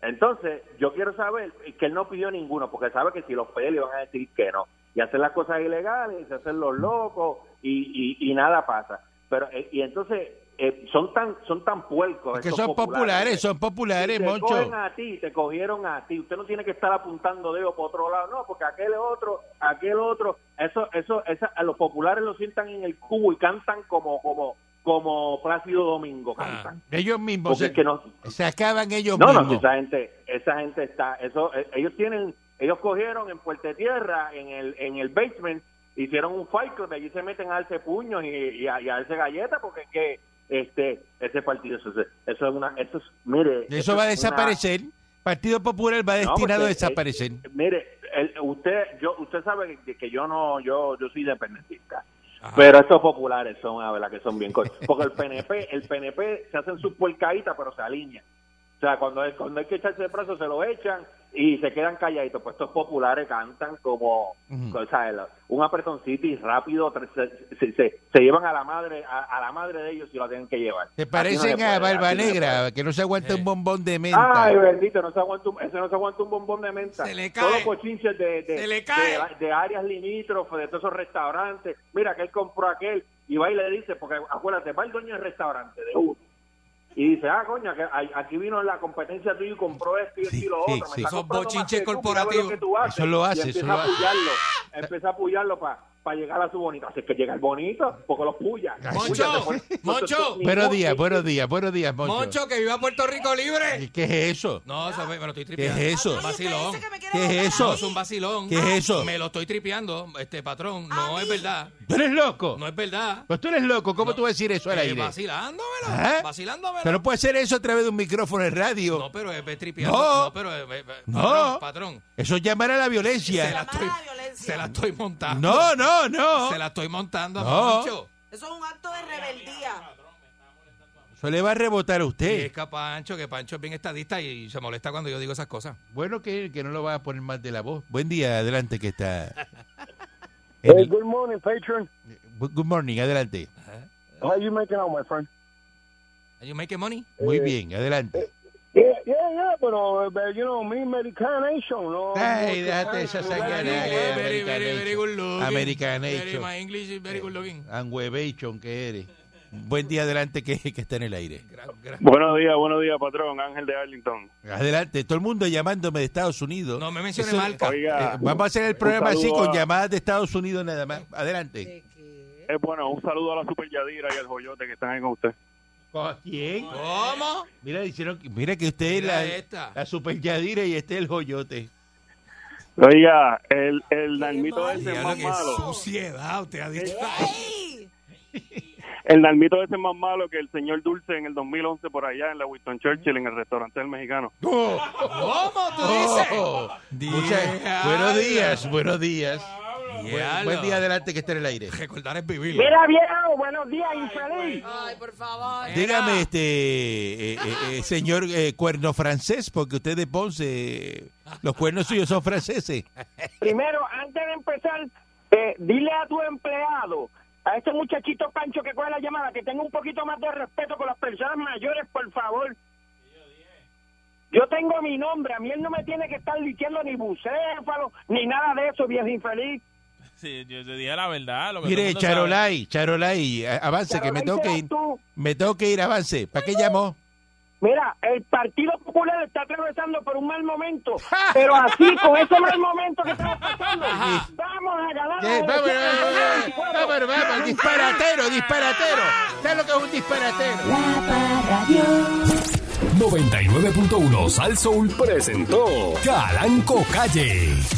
[SPEAKER 7] Entonces, yo quiero saber que él no pidió ninguno, porque sabe que si los pide le van a decir que no. Y hacer las cosas ilegales, y hacer los locos, y, y, y nada pasa. Pero, eh, y entonces, eh, son tan son tan puercos.
[SPEAKER 3] Porque
[SPEAKER 7] estos eh,
[SPEAKER 3] son populares, son populares,
[SPEAKER 7] te
[SPEAKER 3] Moncho.
[SPEAKER 7] cogen a ti, te cogieron a ti. Usted no tiene que estar apuntando dedos por otro lado, no, porque aquel otro, aquel otro, eso, eso, esa, a los populares lo sientan en el cubo y cantan como, como, como Plácido Domingo
[SPEAKER 3] Ah,
[SPEAKER 7] cantan.
[SPEAKER 3] Ellos mismos
[SPEAKER 7] porque
[SPEAKER 3] se,
[SPEAKER 7] es que no,
[SPEAKER 3] se acaban ellos
[SPEAKER 7] no, no,
[SPEAKER 3] mismos.
[SPEAKER 7] esa gente, esa gente está, eso, eh, ellos tienen, ellos cogieron en Puerta de Tierra, en el, en el basement, hicieron un fight club, allí se meten a darse puños y, y a, y a darse galletas, porque es que, este, ese partido, eso, eso es una, eso es, mire,
[SPEAKER 3] Eso va a
[SPEAKER 7] es una-
[SPEAKER 3] desaparecer. Partido Popular va destinado
[SPEAKER 7] porque,
[SPEAKER 3] a desaparecer.
[SPEAKER 7] eh, mire, el- usted, yo, usted sabe que, que yo no, yo, yo soy independentista.
[SPEAKER 3] Ah.
[SPEAKER 7] Pero estos populares son, a verdad, que son bien cortos. Porque el PNP, el PNP se hacen sus puercaditas, pero se alinean. O sea, cuando, es- cuando hay que echarse de preso, se lo echan y se quedan calladitos. Pues estos populares cantan como, o sea, el- un apretoncito y rápido tre- se, se- se- se llevan a la madre a, a la madre de ellos y la tienen que llevar.
[SPEAKER 3] Se
[SPEAKER 7] Así no se
[SPEAKER 3] parecen
[SPEAKER 7] puede,
[SPEAKER 3] a
[SPEAKER 7] así no
[SPEAKER 3] Barba
[SPEAKER 7] se puede.
[SPEAKER 3] Negra, que no se aguanta un bombón de menta.
[SPEAKER 7] Ay, bendito, no se aguanta un, ese no se aguanta un bombón de menta.
[SPEAKER 4] Se le
[SPEAKER 7] Todos
[SPEAKER 4] cae.
[SPEAKER 7] los cochinches de, de,
[SPEAKER 4] Se le
[SPEAKER 7] de-
[SPEAKER 4] cae.
[SPEAKER 7] de áreas limítrofes, de todos esos restaurantes. Mira, que él compró aquel y va y le dice, porque acuérdate, va el dueño del restaurante de uno. Y dice, ah, coño, que a- aquí vino la competencia tuya y compró esto y esto y lo
[SPEAKER 3] Sí,
[SPEAKER 7] otro.
[SPEAKER 3] sí.
[SPEAKER 7] está
[SPEAKER 4] Son
[SPEAKER 7] comprando más
[SPEAKER 4] bochinches
[SPEAKER 7] que tú, mira
[SPEAKER 4] corporativos.
[SPEAKER 7] lo que tú haces.
[SPEAKER 3] Eso lo hace,
[SPEAKER 7] Y empieza
[SPEAKER 3] eso lo
[SPEAKER 7] a
[SPEAKER 3] hace.
[SPEAKER 7] apoyarlo, empieza a apoyarlo para llegar a su bonito. Así que llega el bonito, porque los puya.
[SPEAKER 4] Moncho,
[SPEAKER 7] Puya, te pone-
[SPEAKER 4] Moncho.
[SPEAKER 7] Entonces,
[SPEAKER 3] Buenos
[SPEAKER 7] ningún-
[SPEAKER 3] días, buenos días, buenos días, Moncho.
[SPEAKER 4] Moncho, que viva Puerto Rico libre.
[SPEAKER 3] ¿Qué es eso?
[SPEAKER 4] No, eso fue- me lo estoy
[SPEAKER 3] ¿Qué es
[SPEAKER 4] tripeando.
[SPEAKER 3] eso?
[SPEAKER 5] Ay, usted
[SPEAKER 4] vacilón.
[SPEAKER 5] dice que me quiere
[SPEAKER 3] ¿Qué es
[SPEAKER 5] botar a
[SPEAKER 3] eso?
[SPEAKER 4] No,
[SPEAKER 5] mí.
[SPEAKER 4] es un vacilón.
[SPEAKER 3] ¿Qué es eso?
[SPEAKER 4] Me lo estoy tripeando, este patrón. No
[SPEAKER 5] A
[SPEAKER 4] es
[SPEAKER 5] mí.
[SPEAKER 4] verdad.
[SPEAKER 3] ¿Tú eres loco?
[SPEAKER 4] No es verdad.
[SPEAKER 3] Pues tú eres loco, ¿cómo tú vas a decir eso al
[SPEAKER 4] Eh,
[SPEAKER 3] aire?
[SPEAKER 4] vacilándomelo.
[SPEAKER 3] Ajá.
[SPEAKER 4] Vacilándomelo.
[SPEAKER 3] ¿Eh? Pero puede hacer eso a través de un micrófono en radio.
[SPEAKER 4] no, pero es es tripeando.
[SPEAKER 3] No.
[SPEAKER 4] No, pero es- es- es-
[SPEAKER 3] No.
[SPEAKER 4] Patrón, patrón,
[SPEAKER 3] Eso es llamar a la
[SPEAKER 4] Se la
[SPEAKER 3] violencia.
[SPEAKER 5] Llamada
[SPEAKER 4] estoy-
[SPEAKER 5] a violencia.
[SPEAKER 4] se la estoy montando.
[SPEAKER 3] No, no, no.
[SPEAKER 4] Se la estoy montando
[SPEAKER 3] No.
[SPEAKER 4] a Moncho.
[SPEAKER 5] Eso es un acto de rebeldía.
[SPEAKER 3] Eso le va a rebotar a
[SPEAKER 4] Y
[SPEAKER 3] usted.
[SPEAKER 4] es que a Pancho, que Pancho es bien estadista y se molesta cuando yo digo esas cosas.
[SPEAKER 3] Bueno que, que no lo va a poner más de la voz. Buen día, adelante que está.
[SPEAKER 8] Hey, good morning, patron.
[SPEAKER 3] Good morning, adelante.
[SPEAKER 8] How you making out, my friend?
[SPEAKER 4] Are you making money?
[SPEAKER 3] Muy bien, adelante.
[SPEAKER 8] Yeah, yeah, yeah, but, uh, but you know, me medication. Uh,
[SPEAKER 3] Ay, déjate esa sanguinaria.
[SPEAKER 4] Very, very, very good looking.
[SPEAKER 3] Americanation.
[SPEAKER 4] Very, my English is very good looking.
[SPEAKER 9] Eh,
[SPEAKER 3] Anguebation que eres. Buen día, adelante que, que está en el aire.
[SPEAKER 4] Gra- gra-
[SPEAKER 9] Buenos días, buenos días, patrón. Ángel de Arlington.
[SPEAKER 3] Adelante, todo el mundo llamándome de Estados Unidos.
[SPEAKER 4] No me mencione
[SPEAKER 3] Eso-
[SPEAKER 4] marca.
[SPEAKER 9] Oiga,
[SPEAKER 3] Eh, vamos a hacer el programa así
[SPEAKER 9] saludo
[SPEAKER 3] con
[SPEAKER 9] a-
[SPEAKER 3] llamadas de Estados Unidos nada más. Adelante.
[SPEAKER 5] ¿De qué?
[SPEAKER 9] es bueno, un saludo a la Super Yadira y al Joyote que están ahí con usted.
[SPEAKER 3] ¿Quién?
[SPEAKER 4] ¿Cómo?
[SPEAKER 3] Mira, hicieron, que- mira que usted
[SPEAKER 4] Mira
[SPEAKER 3] es la,
[SPEAKER 4] esta.
[SPEAKER 3] la super Yadira y este es el joyote.
[SPEAKER 9] Oiga, el, el Nalmito ese es
[SPEAKER 4] Diablo,
[SPEAKER 9] más
[SPEAKER 4] qué
[SPEAKER 9] malo.
[SPEAKER 4] suciedad usted ha dicho.
[SPEAKER 5] ¡Ey!
[SPEAKER 9] El Nalmito ese es más malo que el señor Dulce en el 2011 por allá en la Winston Churchill en el restaurante del mexicano.
[SPEAKER 4] ¿Cómo tú dices?
[SPEAKER 3] Oh,
[SPEAKER 4] Diablo.
[SPEAKER 3] muchas- buenos días, buenos días. Buen,
[SPEAKER 4] Diablo.
[SPEAKER 3] buen día, adelante que esté en el aire.
[SPEAKER 4] Recordar es vivir.
[SPEAKER 8] viejo, buenos días, infeliz.
[SPEAKER 5] Ay, por favor.
[SPEAKER 3] Dígame, este eh, eh, eh, señor eh, cuerno francés, porque usted de Ponce, eh, los cuernos suyos son franceses.
[SPEAKER 8] Primero, antes de empezar, eh, dile a tu empleado, a ese muchachito Pancho que coge la llamada, que tenga un poquito más de respeto con las personas mayores, por favor. Yo tengo mi nombre, a mí él no me tiene que estar diciendo ni bucéfalo, ni nada de eso, viejo infeliz.
[SPEAKER 2] Sí, yo te dije la verdad. Lo que todo el
[SPEAKER 3] Mire,
[SPEAKER 2] mundo sabe.
[SPEAKER 3] Charolay, Charolay, a- avance, que me
[SPEAKER 7] Pero
[SPEAKER 3] tengo que
[SPEAKER 7] ahí
[SPEAKER 3] ir.
[SPEAKER 7] serás tú.
[SPEAKER 3] Me tengo que ir, avance. ¿Para qué llamó?
[SPEAKER 7] Mira, el Partido Popular está atravesando por un mal momento, pero así, con ese mal momento que estamos pasando, vamos a ganar.
[SPEAKER 3] Eh,
[SPEAKER 7] las
[SPEAKER 3] Vámonos,
[SPEAKER 7] elecciones del
[SPEAKER 3] vámonos,
[SPEAKER 7] 2024.
[SPEAKER 3] vámonos, vámonos, disparatero, disparatero. ¿Sabes lo que es un disparatero?
[SPEAKER 1] La Radio 99.1 Sal Soul presentó Calanco Calle.